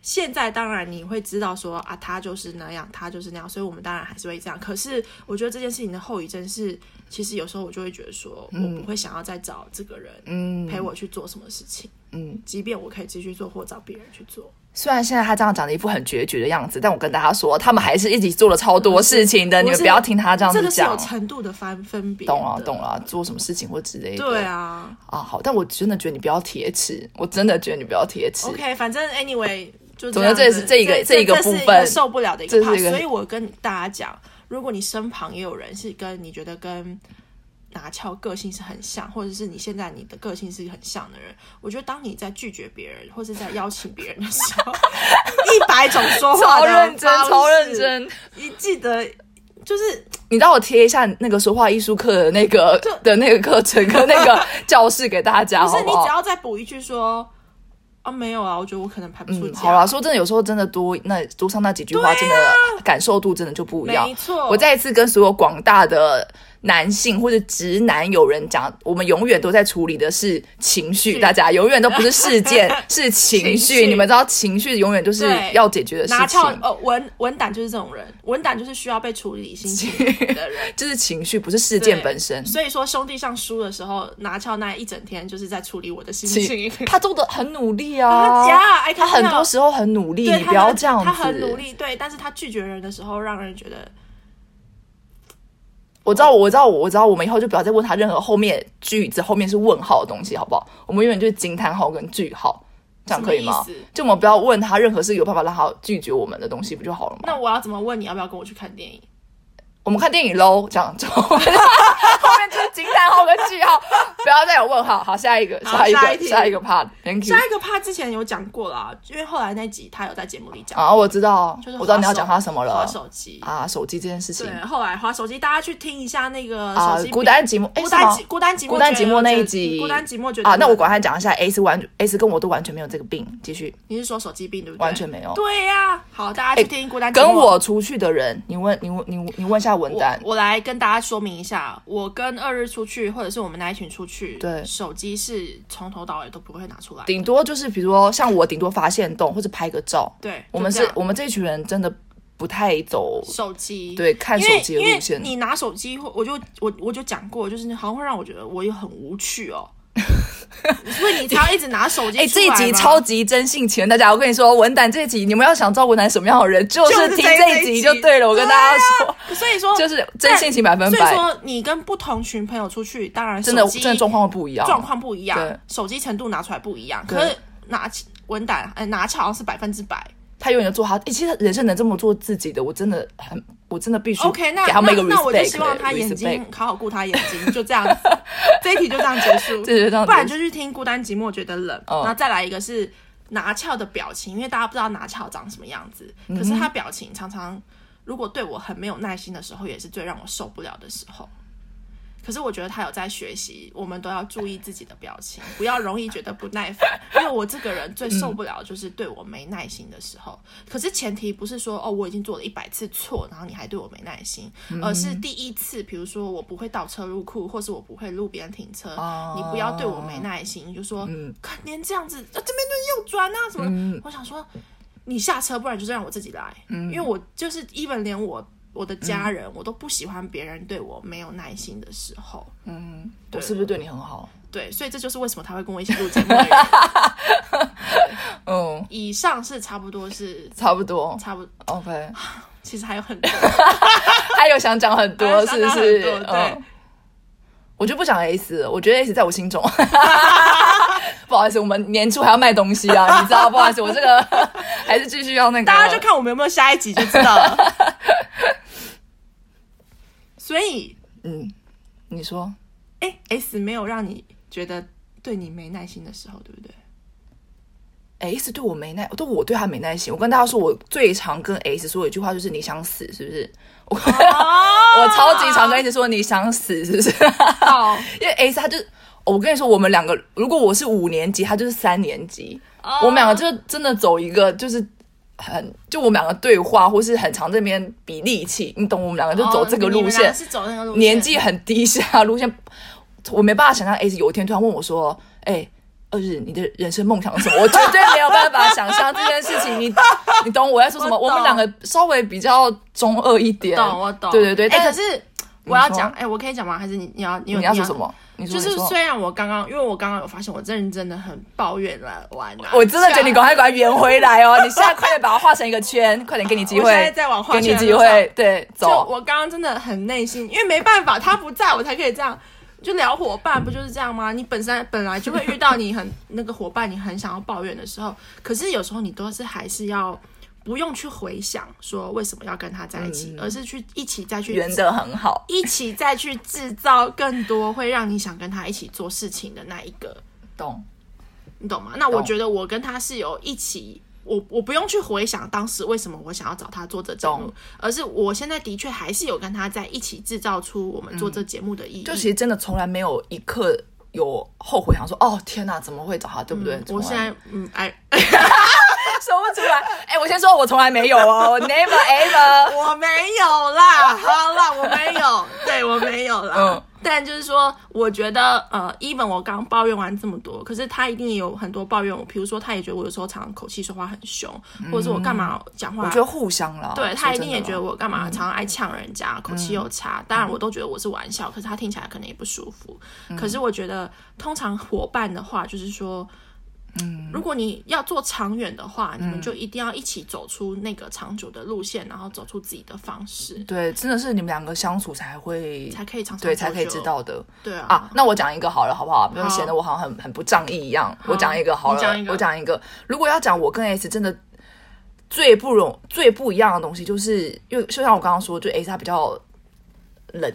Speaker 1: 现在当然你会知道说啊，他就是那样，他就是那样，所以我们当然还是会这样。可是我觉得这件事情的后遗症是，其实有时候我就会觉得说，我不会想要再找这个人
Speaker 2: 嗯
Speaker 1: 陪我去做什么事情，
Speaker 2: 嗯。
Speaker 1: 即便我可以继续做，或找别人去做。
Speaker 2: 虽然现在他这样讲的一副很决绝的样子，但我跟大家说，他们还是一起做了超多事情的。
Speaker 1: 嗯
Speaker 2: 你们
Speaker 1: 我是
Speaker 2: 不要听他这样
Speaker 1: 这
Speaker 2: 子
Speaker 1: 个是有
Speaker 2: 讲，
Speaker 1: 程度的分分别，
Speaker 2: 懂了懂。了，做什么事情或之类的。
Speaker 1: 对啊
Speaker 2: 啊，好，但我真的觉得你不要铁齿，我真的觉得你不要铁齿。
Speaker 1: ，OK，反正 anyway 就
Speaker 2: 总
Speaker 1: 这
Speaker 2: 之
Speaker 1: 样
Speaker 2: 这
Speaker 1: 子
Speaker 2: 是这一个
Speaker 1: 这
Speaker 2: 这一个
Speaker 1: 这是
Speaker 2: 部分
Speaker 1: 受不了的一
Speaker 2: 这
Speaker 1: 个
Speaker 2: 是
Speaker 1: part，
Speaker 2: 一个
Speaker 1: 所以我跟大家讲，如果你身旁也有人是跟你觉得跟拿翘个性是很像，或者是你现在你的个性是很像的人，我觉得当你在拒绝别人或是在邀请别人的时候， 一百种说话
Speaker 2: 超
Speaker 1: 的
Speaker 2: 认真，
Speaker 1: 方式
Speaker 2: 超认，真。
Speaker 1: 你记得就是
Speaker 2: 你让我贴一下那个说话艺术课的那个的那个课程跟那 个教室给大家，
Speaker 1: 不
Speaker 2: 好
Speaker 1: 是你
Speaker 2: 好
Speaker 1: 只？要再补一句说啊没有啊，我觉得我可能排不出
Speaker 2: 嗯，
Speaker 1: 家
Speaker 2: 好啦，说真的，有时候真的多那多上那几句话，真的感受度真的就不一样。
Speaker 1: 啊没错，
Speaker 2: 我再一次跟所有广大的男性或者直男友人讲，我们永远都在处理的是情绪，
Speaker 1: 是
Speaker 2: 大家永远都不是事件， 是情
Speaker 1: 情
Speaker 2: 绪。
Speaker 1: 绪
Speaker 2: 你们知道，情绪永远都是
Speaker 1: 对
Speaker 2: 要解决的事
Speaker 1: 拿翘
Speaker 2: 情，。
Speaker 1: 呃文文胆就是这种人，文胆就是需要被处理心情的人
Speaker 2: 就是情绪，不是事件
Speaker 1: 对
Speaker 2: 本身。
Speaker 1: 所以说兄弟上输的时候，拿翘那一整天就是在处理我的心 情。
Speaker 2: 他做的很努力
Speaker 1: 他
Speaker 2: 啊，
Speaker 1: 呀，哎，
Speaker 2: 他很多时候很努力，
Speaker 1: 对
Speaker 2: 你
Speaker 1: 他
Speaker 2: 不要
Speaker 1: 很
Speaker 2: 这样子。
Speaker 1: 他很努力，对，但是他拒绝人的时候，让人觉得
Speaker 2: 我知道，我知道，我知道，我们以后就不要再问他任何后面句子后面是问号的东西，好不好？我们永远就是惊叹号跟句号，这样可以吗
Speaker 1: 什么意思？
Speaker 2: 就我们不要问他任何是有办法让他拒绝我们的东西，不就好了吗？
Speaker 1: 那我要怎么问你要不要跟我去看电影？
Speaker 2: 哦我们看电影喽，这样就后面就是惊叹号跟句号，不要再有问号。好，下一个，
Speaker 1: 好
Speaker 2: 下一
Speaker 1: 下一
Speaker 2: 个，
Speaker 1: 题
Speaker 2: 下一个 part，thank you
Speaker 1: 下。一个怕之前有讲过啦，因为后来那集他有在节目里讲，
Speaker 2: 啊，我知道，
Speaker 1: 就是
Speaker 2: 我知道你要
Speaker 1: 滑手
Speaker 2: 讲他什么
Speaker 1: 划
Speaker 2: 了
Speaker 1: 手机。
Speaker 2: 啊，手机这件事情
Speaker 1: 对，后来划手机，大家去听一下那个
Speaker 2: 啊
Speaker 1: 手机，比
Speaker 2: 孤单寂寞，哎，
Speaker 1: 孤
Speaker 2: 是吗
Speaker 1: 单寂孤单寂寞
Speaker 2: 孤单寂
Speaker 1: 觉得
Speaker 2: 寞那一
Speaker 1: 觉得
Speaker 2: 集，
Speaker 1: 孤单寂寞觉得
Speaker 2: 啊，那我管他讲一下，S 完 S 跟我都完全没有这个病，继续
Speaker 1: 你是说手机病对不对？
Speaker 2: 完全没有。哎
Speaker 1: 对呀、好，大家去听孤单寂寞。
Speaker 2: 跟我出去的人，你问你问你问你问一下文
Speaker 1: 我
Speaker 2: 丹，
Speaker 1: 我来跟大家说明一下，我跟二日出去，或者是我们那一群出去，
Speaker 2: 对
Speaker 1: 手机是从头到尾都不会拿出来。
Speaker 2: 顶多就是比如说像我顶多发现动或者拍个照，
Speaker 1: 对，
Speaker 2: 我们
Speaker 1: 就是这样
Speaker 2: 我们这群人真的不太走
Speaker 1: 手机，
Speaker 2: 对看
Speaker 1: 因
Speaker 2: 手
Speaker 1: 为
Speaker 2: 机的
Speaker 1: 因为
Speaker 2: 路线，
Speaker 1: 你拿手机，会，我就我我就讲过，就是好像会让我觉得我也很无趣 哦，所以你才要一直拿手机
Speaker 2: 哎、
Speaker 1: 出
Speaker 2: 这
Speaker 1: 来
Speaker 2: 一
Speaker 1: 嘛。
Speaker 2: 集超级真性情，大家我跟你说，文胆这一集你们要想知道文胆什么样的人，就是听这一集就对了。我跟大家说，
Speaker 1: 所以说
Speaker 2: 就是真性情百分
Speaker 1: 啊所以
Speaker 2: 百，
Speaker 1: 说你跟不同群朋友出去，当然
Speaker 2: 真的
Speaker 1: 手机
Speaker 2: 真的状况会不一样。
Speaker 1: 状况不一样
Speaker 2: 对，
Speaker 1: 手机程度拿出来不一样。
Speaker 2: 对
Speaker 1: 可是拿起文胆，哎，拿起好像是百分之百。
Speaker 2: 他永远做他，哎、其实人生能这么做自己的，我真的很，我真的必须
Speaker 1: OK，那
Speaker 2: 给他
Speaker 1: 那
Speaker 2: 们一个 respect
Speaker 1: 那我就希望他
Speaker 2: 对
Speaker 1: 眼
Speaker 2: respect
Speaker 1: 睛好好顾他眼睛，就这样子，这一题就这样结束。
Speaker 2: 这就这样结束
Speaker 1: 不然就去听《孤单寂寞觉得冷》
Speaker 2: 嗯
Speaker 1: 然后再来一个是拿翘的表情，因为大家不知道拿翘长什么样子，
Speaker 2: 嗯
Speaker 1: 可是他表情常常如果对我很没有耐心的时候，也是最让我受不了的时候。可是我觉得他有在学习，我们都要注意自己的表情，不要容易觉得不耐烦。因为我这个人最受不了就是对我没耐心的时候。可是前提不是说哦我已经做了一百次错，然后你还对我没耐心，而是第一次，比如说我不会倒车入库，或是我不会路边停车，
Speaker 2: 哦
Speaker 1: 你不要对我没耐心，你就说看连这样子，啊、这边就右转啊什么的。我想说你下车，不然就是让我自己来，
Speaker 2: 嗯
Speaker 1: 因为我就是 even 连我。我的家人，我都不喜欢别人对我没有耐心的时候。
Speaker 2: 我是不是对你很好？
Speaker 1: 对，所以这就是为什么他会跟我一起录节目的原因。
Speaker 2: 嗯，
Speaker 1: 以上是差不多是
Speaker 2: 差不多
Speaker 1: 差不多，
Speaker 2: ，OK。
Speaker 1: 其实还有很多，
Speaker 2: 还有想讲 很
Speaker 1: 还
Speaker 2: 多，
Speaker 1: 有想
Speaker 2: 是不
Speaker 1: 讲
Speaker 2: 是？
Speaker 1: 很多对
Speaker 2: 嗯，我就不讲 S，了我觉得 S 在我心中， 不好意思，我们年初还要卖东 西啊，你知道？不好意思，我这个 还是继续要那个，
Speaker 1: 大家就看我们有没有下一集就知道了。 所以，
Speaker 2: 你说
Speaker 1: 哎、s 没有让你觉得对你没耐心的时候，对不对？
Speaker 2: S 对我没耐，对我对他没耐心。我跟大家说，我最常跟 S 说一句话就是你想死是不是？ 我、 我超级常跟 S 说你想死是不是？
Speaker 1: 好，
Speaker 2: 因为 S 他就是，我跟你说，我们两个如果我是五年级，他就是三年级，
Speaker 1: 哦
Speaker 2: 我们两个就真的走一个就是很，就我们两个对话或是很常这边比力气，你懂，我们两个就走这个
Speaker 1: 哦你
Speaker 2: 路
Speaker 1: 们俩
Speaker 2: 线，
Speaker 1: 是走那个路线，
Speaker 2: 年纪很低下路线，我没办法想象 S 有一天突然问我说，哎、二日，你的人生梦想是什么？我绝对没有办法想象这件事情。你，你懂我在说什么？
Speaker 1: 我
Speaker 2: 我
Speaker 1: 懂
Speaker 2: 们两个稍微比较中二一点，
Speaker 1: 懂我懂，
Speaker 2: 对对对。
Speaker 1: 哎、
Speaker 2: 但
Speaker 1: 可是我要
Speaker 2: 你说
Speaker 1: 讲，哎、我可以讲吗？还是你你要你有
Speaker 2: 你要说什？么？你说
Speaker 1: 就是
Speaker 2: 你说
Speaker 1: 虽然我刚刚，因为我刚刚有发现，我真的真的很抱怨了玩、啊，
Speaker 2: 我真的觉得你
Speaker 1: 下
Speaker 2: 赶快把它圆回来哦！你现在快点把它画成一个圈，快点给你机
Speaker 1: 我
Speaker 2: 会，
Speaker 1: 现在在往画
Speaker 2: 给
Speaker 1: 圈
Speaker 2: 你
Speaker 1: 的
Speaker 2: 机
Speaker 1: 路上
Speaker 2: 会，对，
Speaker 1: 就
Speaker 2: 走。
Speaker 1: 我刚刚真的很内心，因为没办法，他不在我才可以这样。就聊伙伴不就是这样吗？你本身本来就会遇到你很那个伙伴，你很想要抱怨的时候，可是有时候你都是还是要不用去回想说为什么要跟他在一
Speaker 2: 嗯
Speaker 1: 起，而是去一起再去
Speaker 2: 圆的很好，
Speaker 1: 一起再去制造更多会让你想跟他一起做事情的那一个，
Speaker 2: 懂？
Speaker 1: 你懂吗？那我
Speaker 2: 懂
Speaker 1: 觉得我跟他是有一起，我我不用去回想当时为什么我想要找他做这节目
Speaker 2: 懂，
Speaker 1: 而是我现在的确还是有跟他在一起制造出我们做这节目的意义。
Speaker 2: 嗯就其实真的从来没有一刻有后悔，想说哦天哪，怎么会找他，对不对？从
Speaker 1: 我
Speaker 2: 来
Speaker 1: 现在嗯哎，
Speaker 2: 说不出来。哎，我先说，我从来没有哦我，never ever。
Speaker 1: 我没有啦，好啦，我没有，对我没有啦。
Speaker 2: 嗯
Speaker 1: 但就是说，我觉得呃，even 我刚抱怨完这么多，可是他一定也有很多抱怨我，比如说他也觉得我有时候常常口气说话很凶，或者是我干嘛讲话
Speaker 2: 我觉得互相啦，嗯
Speaker 1: 对他一定也觉得
Speaker 2: 我
Speaker 1: 我干嘛常常爱呛人家，口气又差。当然，我都觉得我是玩笑，可是他
Speaker 2: 嗯
Speaker 1: 听起来可能也不舒服。可是我觉得，通常伙伴的话就是说，嗯，如果你要做长远的话，你们
Speaker 2: 嗯
Speaker 1: 就一定要一起走出那个长久的路线，然后走出自己的方式，
Speaker 2: 对，真的是你们两个相处才会
Speaker 1: 才可以长长
Speaker 2: 对才
Speaker 1: 久
Speaker 2: 可以
Speaker 1: 久
Speaker 2: 知。道的
Speaker 1: 对啊，
Speaker 2: 啊。那我讲一个好了，好不好？不用
Speaker 1: 好
Speaker 2: 显得我好像很很不仗义一样。我讲一个好了，
Speaker 1: 你讲一个
Speaker 2: 我讲一个。如果要讲我跟 S 真的最不容最不一样的东西，就是因为就像我刚刚说，就 S 他比较冷，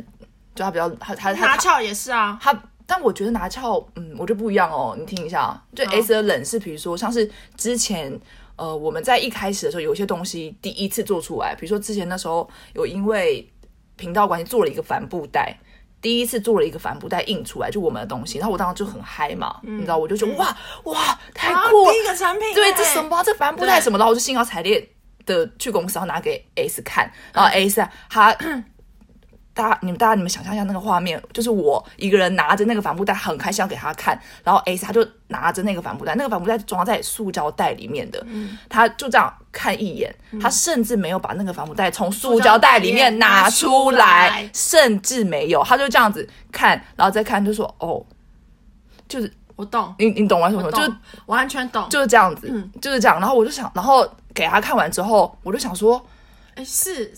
Speaker 2: 就他比较他他
Speaker 1: 拿
Speaker 2: 他
Speaker 1: 翘也是啊，
Speaker 2: 他，但我觉得拿翘，嗯，我觉得不一样哦。你听一下，就 S 的冷是，比如说像是之前。呃，我们在一开始的时候，有一些东西第一次做出来，比如说之前那时候有因为频道关系做了一个帆布袋，第一次做了一个帆布袋印出来，就我们的东西，然后我当时就很嗨嘛，你知道，我就觉得哇哇太
Speaker 1: 嗯啊
Speaker 2: 酷了，
Speaker 1: 第一个产品，
Speaker 2: 对，
Speaker 1: 哎
Speaker 2: 这什？么啊这帆布袋什么的，我就兴高采烈的去公司，然后拿给 S 看，然后 S 啊他。大家，你们大家，你们想象一下那个画面，就是我一个人拿着那个帆布袋，很开心要给他看，然后 S 他就拿着那个帆布袋，那个帆布袋装在塑胶袋里面的，他就这样看一眼，他甚至没有把那个帆布袋从塑胶袋里面
Speaker 1: 拿
Speaker 2: 拿出
Speaker 1: 出
Speaker 2: 来
Speaker 1: 来，
Speaker 2: 甚至没有，他就这样子看，然后再看，就说哦，就是
Speaker 1: 我懂，
Speaker 2: 你你懂我在说什么？
Speaker 1: 我
Speaker 2: 就是
Speaker 1: 懂，完全懂。
Speaker 2: 就是这样子，
Speaker 1: 嗯
Speaker 2: 就是这样。然后我就想，然后给他看完之后，我就想说，
Speaker 1: 哎， 是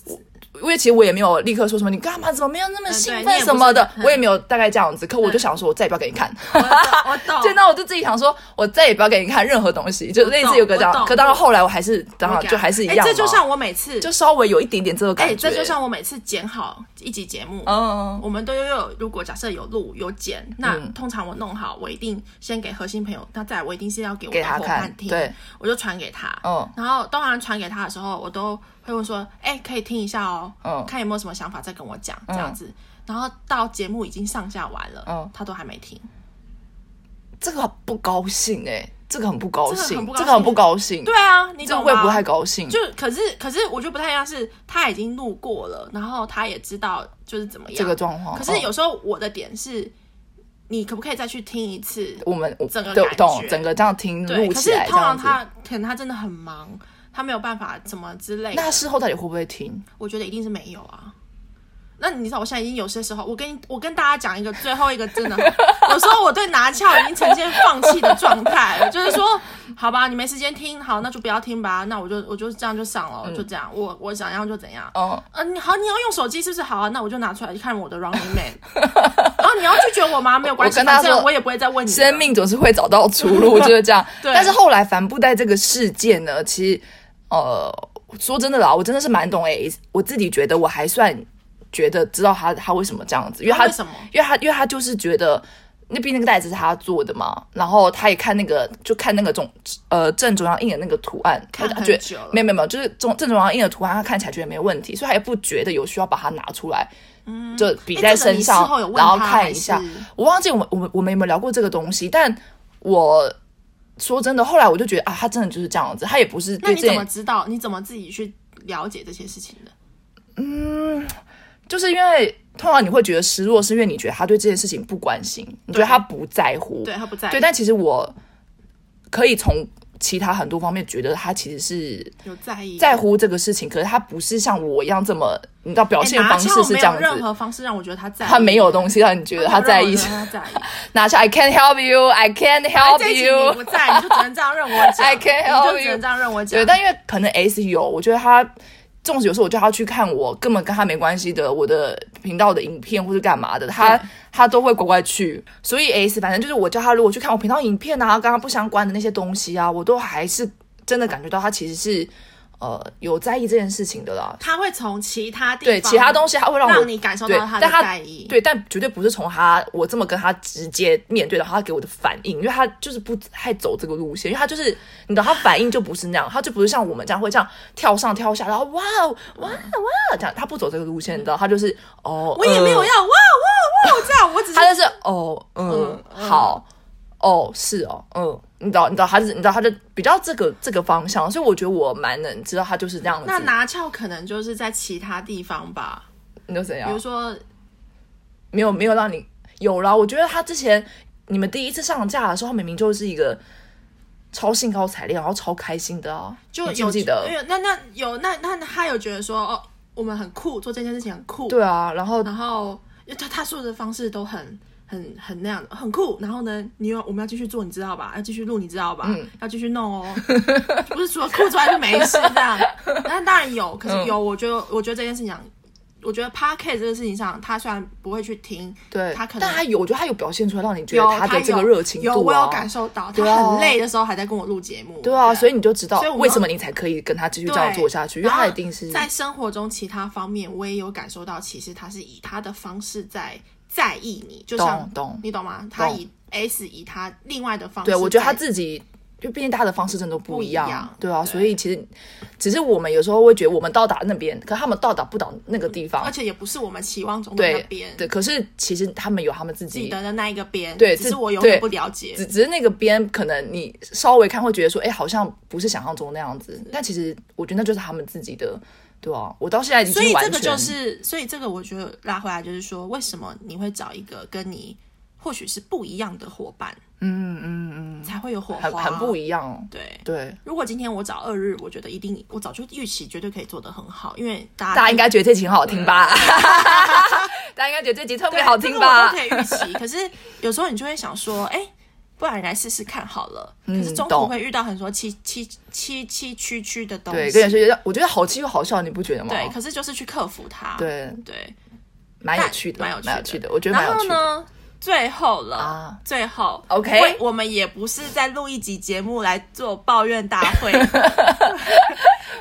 Speaker 2: 因为其实我也没有立刻说什么，你干嘛怎么没有那么
Speaker 1: 嗯对
Speaker 2: 兴
Speaker 1: 你也
Speaker 2: 奋
Speaker 1: 不
Speaker 2: 什么的，
Speaker 1: 是
Speaker 2: 我也没有大概这样子。可我就想说，我再也不要给你看。
Speaker 1: 我懂，我
Speaker 2: 见
Speaker 1: 懂。
Speaker 2: 到我就自己想说，我再也不要给你看任何东西，就类似有个这
Speaker 1: 哎我
Speaker 2: 样。
Speaker 1: 懂
Speaker 2: 可当然后来我还是，当
Speaker 1: 我
Speaker 2: 然
Speaker 1: 给他
Speaker 2: 就还是一
Speaker 1: 哎
Speaker 2: 样嘛。
Speaker 1: 这就像我每次，
Speaker 2: 就稍微有一点点这个感
Speaker 1: 哎，
Speaker 2: 觉。
Speaker 1: 这就像我每次剪好一集节目，
Speaker 2: 嗯，
Speaker 1: 我们都有如果假设有录有剪，那通常我弄好，我一定先给核心朋友，那再来我一定是要给我
Speaker 2: 给
Speaker 1: 的
Speaker 2: 他
Speaker 1: 伙
Speaker 2: 看
Speaker 1: 伴，听，
Speaker 2: 对，
Speaker 1: 我就传给他。
Speaker 2: 嗯
Speaker 1: 然后当然传给他的时候，我都会问说，哎、可以听一下哦，
Speaker 2: 嗯
Speaker 1: 看有没有什么想法再跟我讲，这样子。然后到节目已经上架完了，
Speaker 2: 嗯
Speaker 1: 他都还没听，
Speaker 2: 这个不高兴哎，这个很不高
Speaker 1: 这个很
Speaker 2: 兴
Speaker 1: 不，高
Speaker 2: 这
Speaker 1: 兴
Speaker 2: 个很不高兴，
Speaker 1: 对啊，你
Speaker 2: 这个
Speaker 1: 懂
Speaker 2: 会
Speaker 1: 吗？
Speaker 2: 不太高兴
Speaker 1: 就。可是可是我就不太一样，是他已经录过了，然后他也知道就是怎么样
Speaker 2: 这个状况，嗯
Speaker 1: 可是有时候我的点是，你可不可以再去听一次？
Speaker 2: 我们我
Speaker 1: 整个
Speaker 2: 对
Speaker 1: 感
Speaker 2: 懂
Speaker 1: 觉
Speaker 2: 整个这样听
Speaker 1: 对，
Speaker 2: 录
Speaker 1: 可
Speaker 2: 起
Speaker 1: 是
Speaker 2: 来这
Speaker 1: 通常
Speaker 2: 样子。
Speaker 1: 他可能他真的很忙，他没有办法怎么之类的
Speaker 2: 那他事后到底会不会听？
Speaker 1: 我觉得一定是没有啊。那你知道我现在已经有些时候，我跟你我跟大家讲一个最后一个真的， 有时候我对拿翘已经呈现放弃的状态了，就是说，好吧，你没时间听，好，那就不要听吧，那我就我就这样就上了，就这样，我我想要就怎样。
Speaker 2: 嗯，
Speaker 1: 呃，你好，你要用手机是不是？好啊，那我就拿出来看我的 Running Man。然后你要拒绝我吗？没有关
Speaker 2: 我
Speaker 1: 系，
Speaker 2: 跟他
Speaker 1: 反
Speaker 2: 说
Speaker 1: 正我也不会再问你了。
Speaker 2: 生命总是会找到出 路，就是这样。
Speaker 1: 对
Speaker 2: 但是后来帆布袋这个事件呢，其实呃，说真的啦，我真的是蛮懂 A，我自己觉得我还算觉得知道他他为什么这样子，因为
Speaker 1: 他
Speaker 2: 他
Speaker 1: 为什么
Speaker 2: 因为他因为他就是觉得。那毕竟那个袋子是他做的嘛，然后他也看那个，就看那个中呃正中央印的那个图案，
Speaker 1: 看
Speaker 2: 他
Speaker 1: 很
Speaker 2: 觉得
Speaker 1: 久了
Speaker 2: 没有没有没有，就是中正中央印的图案，他看起来觉得没有问题，所以他也不觉得有需要把它拿出来，就比
Speaker 1: 哎
Speaker 2: 在
Speaker 1: 这个
Speaker 2: 身
Speaker 1: 你
Speaker 2: 上，
Speaker 1: 事后有问
Speaker 2: 然后
Speaker 1: 他
Speaker 2: 看
Speaker 1: 还
Speaker 2: 一下
Speaker 1: 是。
Speaker 2: 我忘记我们我们我们有没有聊过这个东西，但我说真的，后来我就觉得啊，他真的就是这样子，他也不是
Speaker 1: 那
Speaker 2: 对
Speaker 1: 你
Speaker 2: 这
Speaker 1: 怎么
Speaker 2: 件，
Speaker 1: 知道？你怎么自己去了解这些事情的？
Speaker 2: 就是因为通常你会觉得失落，是因为你觉得他对这件事情不关心，你觉得他不在乎，
Speaker 1: 对他不在意，
Speaker 2: 对，但其实我可以从其他很多方面觉得他其实是
Speaker 1: 有在意，
Speaker 2: 在乎这个事情，可是他不是像我一样这么，你知道表
Speaker 1: 哎
Speaker 2: 现
Speaker 1: 拿
Speaker 2: 方式
Speaker 1: 翘
Speaker 2: 是这
Speaker 1: 没
Speaker 2: 样
Speaker 1: 有
Speaker 2: 子，
Speaker 1: 任何方式让我觉得他在意，
Speaker 2: 他没有东西让你觉得他在
Speaker 1: 没
Speaker 2: 意，
Speaker 1: 有让我觉得他在意。
Speaker 2: 拿下 I can't help you, I can't
Speaker 1: 哎
Speaker 2: help
Speaker 1: 这一集
Speaker 2: you
Speaker 1: 你。不在，你就只能这样认我讲
Speaker 2: I can't help
Speaker 1: 你就只
Speaker 2: you
Speaker 1: 能这样认我讲。
Speaker 2: 对，但因为可能 S 有，我觉得他纵使有时候我叫他去看我根本跟他没关系的我的频道的影片或是干嘛的，他他都会乖乖去。所以 S 反正就是我叫他如果去看我频道影片啊，跟他不相关的那些东西啊，我都还是真的感觉到他其实是呃有在意这件事情的啦。
Speaker 1: 他会从其他地方
Speaker 2: 对，其他东西他会让我
Speaker 1: 让你感受
Speaker 2: 对
Speaker 1: 到，他的
Speaker 2: 但他
Speaker 1: 在意。
Speaker 2: 对，但绝对不是从他我这么跟他直接面对的，他给我的反应，因为他就是不太走这个路线，因为他就是你知道他反应就不是那样，他就不是像我们这样会这样跳上跳下，然后哇哦哇哦哇哦这样，他不走这个路线，你知道，他就是哦，
Speaker 1: 我也没有
Speaker 2: 呃
Speaker 1: 要哇哇哇这样，我只是
Speaker 2: 他就是哦嗯好哦是哦嗯。你知道，你知道，他是你知道，他就比较这个这个方向，所以我觉得我蛮能知道他就是这样子。
Speaker 1: 那拿翘可能就是在其他地方吧，
Speaker 2: 你又怎样？
Speaker 1: 比如说
Speaker 2: 没有没有让你有啦。我觉得他之前你们第一次上架的时候，他明明就是一个超兴高采烈，然后超开心的啊，
Speaker 1: 就
Speaker 2: 你
Speaker 1: 有
Speaker 2: 记不记得？
Speaker 1: 没有那那有那那他有觉得说哦，我们很酷，做这件事情很酷，
Speaker 2: 对啊，然后
Speaker 1: 然后因为他他说的方式都很很很那样的，很酷。然后呢，你要我们要继续做，你知道吧？要继续录，你知道吧？
Speaker 2: 嗯
Speaker 1: 要继续弄哦，不是除了酷之外就没事这 样。但当然有，可
Speaker 2: 嗯
Speaker 1: 是有，我觉得我觉得这件事情上，我觉得 p a r k e t 这个事情上，他虽然不会去听，
Speaker 2: 对，
Speaker 1: 他可能
Speaker 2: 但他有，我觉得他有表现出来，让你觉
Speaker 1: 有
Speaker 2: 得他的这个
Speaker 1: 有
Speaker 2: 热情度、啊、
Speaker 1: 有我有感受到，他
Speaker 2: 对啊
Speaker 1: 很累的时候还在跟我录节目，
Speaker 2: 对啊，所以你就知道
Speaker 1: 所以我们
Speaker 2: 为什么你才可以跟他继续这样做下去，因为
Speaker 1: 然后
Speaker 2: 他一定是
Speaker 1: 在生活中其他方面，我也有感受到，其实他是以他的方式在在意你，就像
Speaker 2: 懂懂
Speaker 1: 你懂吗？他以 S 以他另外的方式在，
Speaker 2: 对，我觉得他自己，就毕竟大家的方式真的都不一样，
Speaker 1: 不一样
Speaker 2: 对啊，所以其实只是我们有时候会觉得我们到达那边，可他们到达不到那个地
Speaker 1: 而
Speaker 2: 方，
Speaker 1: 且也不是我们期望中的那
Speaker 2: 对
Speaker 1: 边，
Speaker 2: 对，可是其实他们有他们自
Speaker 1: 自己
Speaker 2: 己。
Speaker 1: 的那一个边，
Speaker 2: 对
Speaker 1: 只是
Speaker 2: 自
Speaker 1: 我永远
Speaker 2: 对
Speaker 1: 不了解，
Speaker 2: 只只是那个边，可能你稍微看会觉得说，哎、好像不是想象中那样子。但其实我觉得那就是他们自己的，对啊。我到现在已
Speaker 1: 所以
Speaker 2: 经完
Speaker 1: 这
Speaker 2: 全
Speaker 1: 个就是，所以这个我觉得拉回来就是说，为什么你会找一个跟你或许是不一样的伙伴，嗯嗯嗯，才会有火花，
Speaker 2: 很很不一样。
Speaker 1: 对。
Speaker 2: 对，
Speaker 1: 如果今天我找二日，我觉得一定，我早就预期绝对可以做得很好，因为大家
Speaker 2: 大家应该觉得这集很好听吧？ 大家应该觉得这集特别
Speaker 1: 对
Speaker 2: 好听吧
Speaker 1: 这？个我都可以预期。可是有时候你就会想说，哎、不然你来试试看好了。可是中途
Speaker 2: 懂
Speaker 1: 会遇到很多七七七七区区的东
Speaker 2: 对，
Speaker 1: 西，
Speaker 2: 跟你说，觉得我觉得好气又好笑，你不觉得吗？
Speaker 1: 对可是就是去克服它。
Speaker 2: 对，
Speaker 1: 对，
Speaker 2: 蛮有趣的，
Speaker 1: 蛮有趣的
Speaker 2: 的，我觉得蛮
Speaker 1: 然
Speaker 2: 有
Speaker 1: 后
Speaker 2: 趣的。
Speaker 1: 呢，最后了，
Speaker 2: 啊
Speaker 1: 最后
Speaker 2: OK
Speaker 1: 为我们也不是在录一集节目来做抱怨大 会。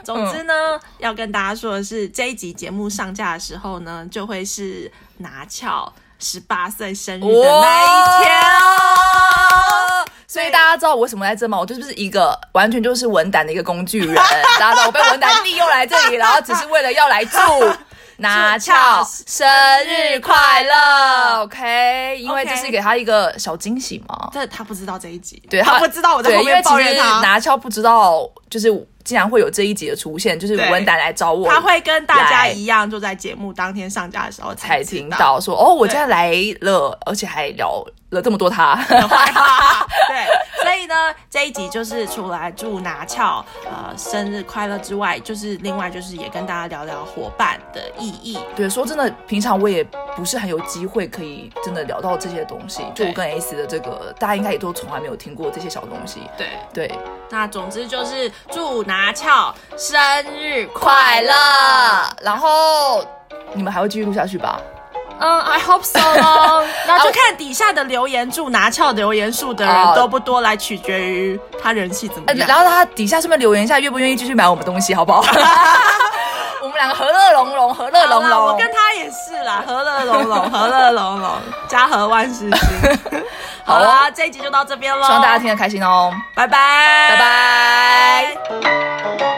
Speaker 1: 总之呢，要跟大家说的是，这一集节目上架的时候呢，就会是拿翘十八岁生日的那一天。
Speaker 2: 哦！所以大家知道我为什么在这吗？我就是一个完全就是文胆的一个 工具人，大家知道我被文胆利用来这里，然后只是为了要 来祝拿翘生日快乐，OK？因为
Speaker 1: OK
Speaker 2: 这是给他一个小惊喜嘛。
Speaker 1: 这他不知道这一集，
Speaker 2: 对
Speaker 1: 他不知道我在
Speaker 2: 对
Speaker 1: 后面抱
Speaker 2: 因
Speaker 1: 怨
Speaker 2: 为其实拿翘不知道，就是竟然会有这一集的出现，就是
Speaker 1: 对
Speaker 2: 文胆来找我，
Speaker 1: 他会跟大家
Speaker 2: 来
Speaker 1: 一样，就在节目当天上架的时候
Speaker 2: 才
Speaker 1: 知
Speaker 2: 听
Speaker 1: 道
Speaker 2: 到说哦，我现在来了，而且还聊了这么多他。
Speaker 1: 的坏话。 对，所以呢，这一集就是除了祝拿翘呃生日快乐之外，就是另外就是也跟大家聊聊伙伴的意义。
Speaker 2: 对，说真的，平常我也不是很有机会可以真的聊到这些东西。就
Speaker 1: 对
Speaker 2: 我跟 S 的这个，大家应该也都从来没有听过这些小东西。
Speaker 1: 对，
Speaker 2: 对，
Speaker 1: 那总之就是祝拿翘生日快
Speaker 2: 快
Speaker 1: 乐
Speaker 2: 乐。。然后你们还会继续录下去吧？
Speaker 1: 嗯，I hope so 咯。 那就看底下的留言，祝拿翘留言数的人
Speaker 2: 哦
Speaker 1: 多不多，来取决于他人气怎么
Speaker 2: 呃
Speaker 1: 样
Speaker 2: 然。后他底下顺便留言一下，愿不愿意继续买我们东西，好不 好？我们两个和乐融融，和乐
Speaker 1: 好
Speaker 2: 融
Speaker 1: 啦，
Speaker 2: 融。
Speaker 1: 我跟他也是啦，和乐融融，和乐融融，家和万事 兴。好啦，这一集就到这边喽，
Speaker 2: 希望大家听得开心哦，
Speaker 1: 拜拜，拜
Speaker 2: 拜拜。
Speaker 1: 拜。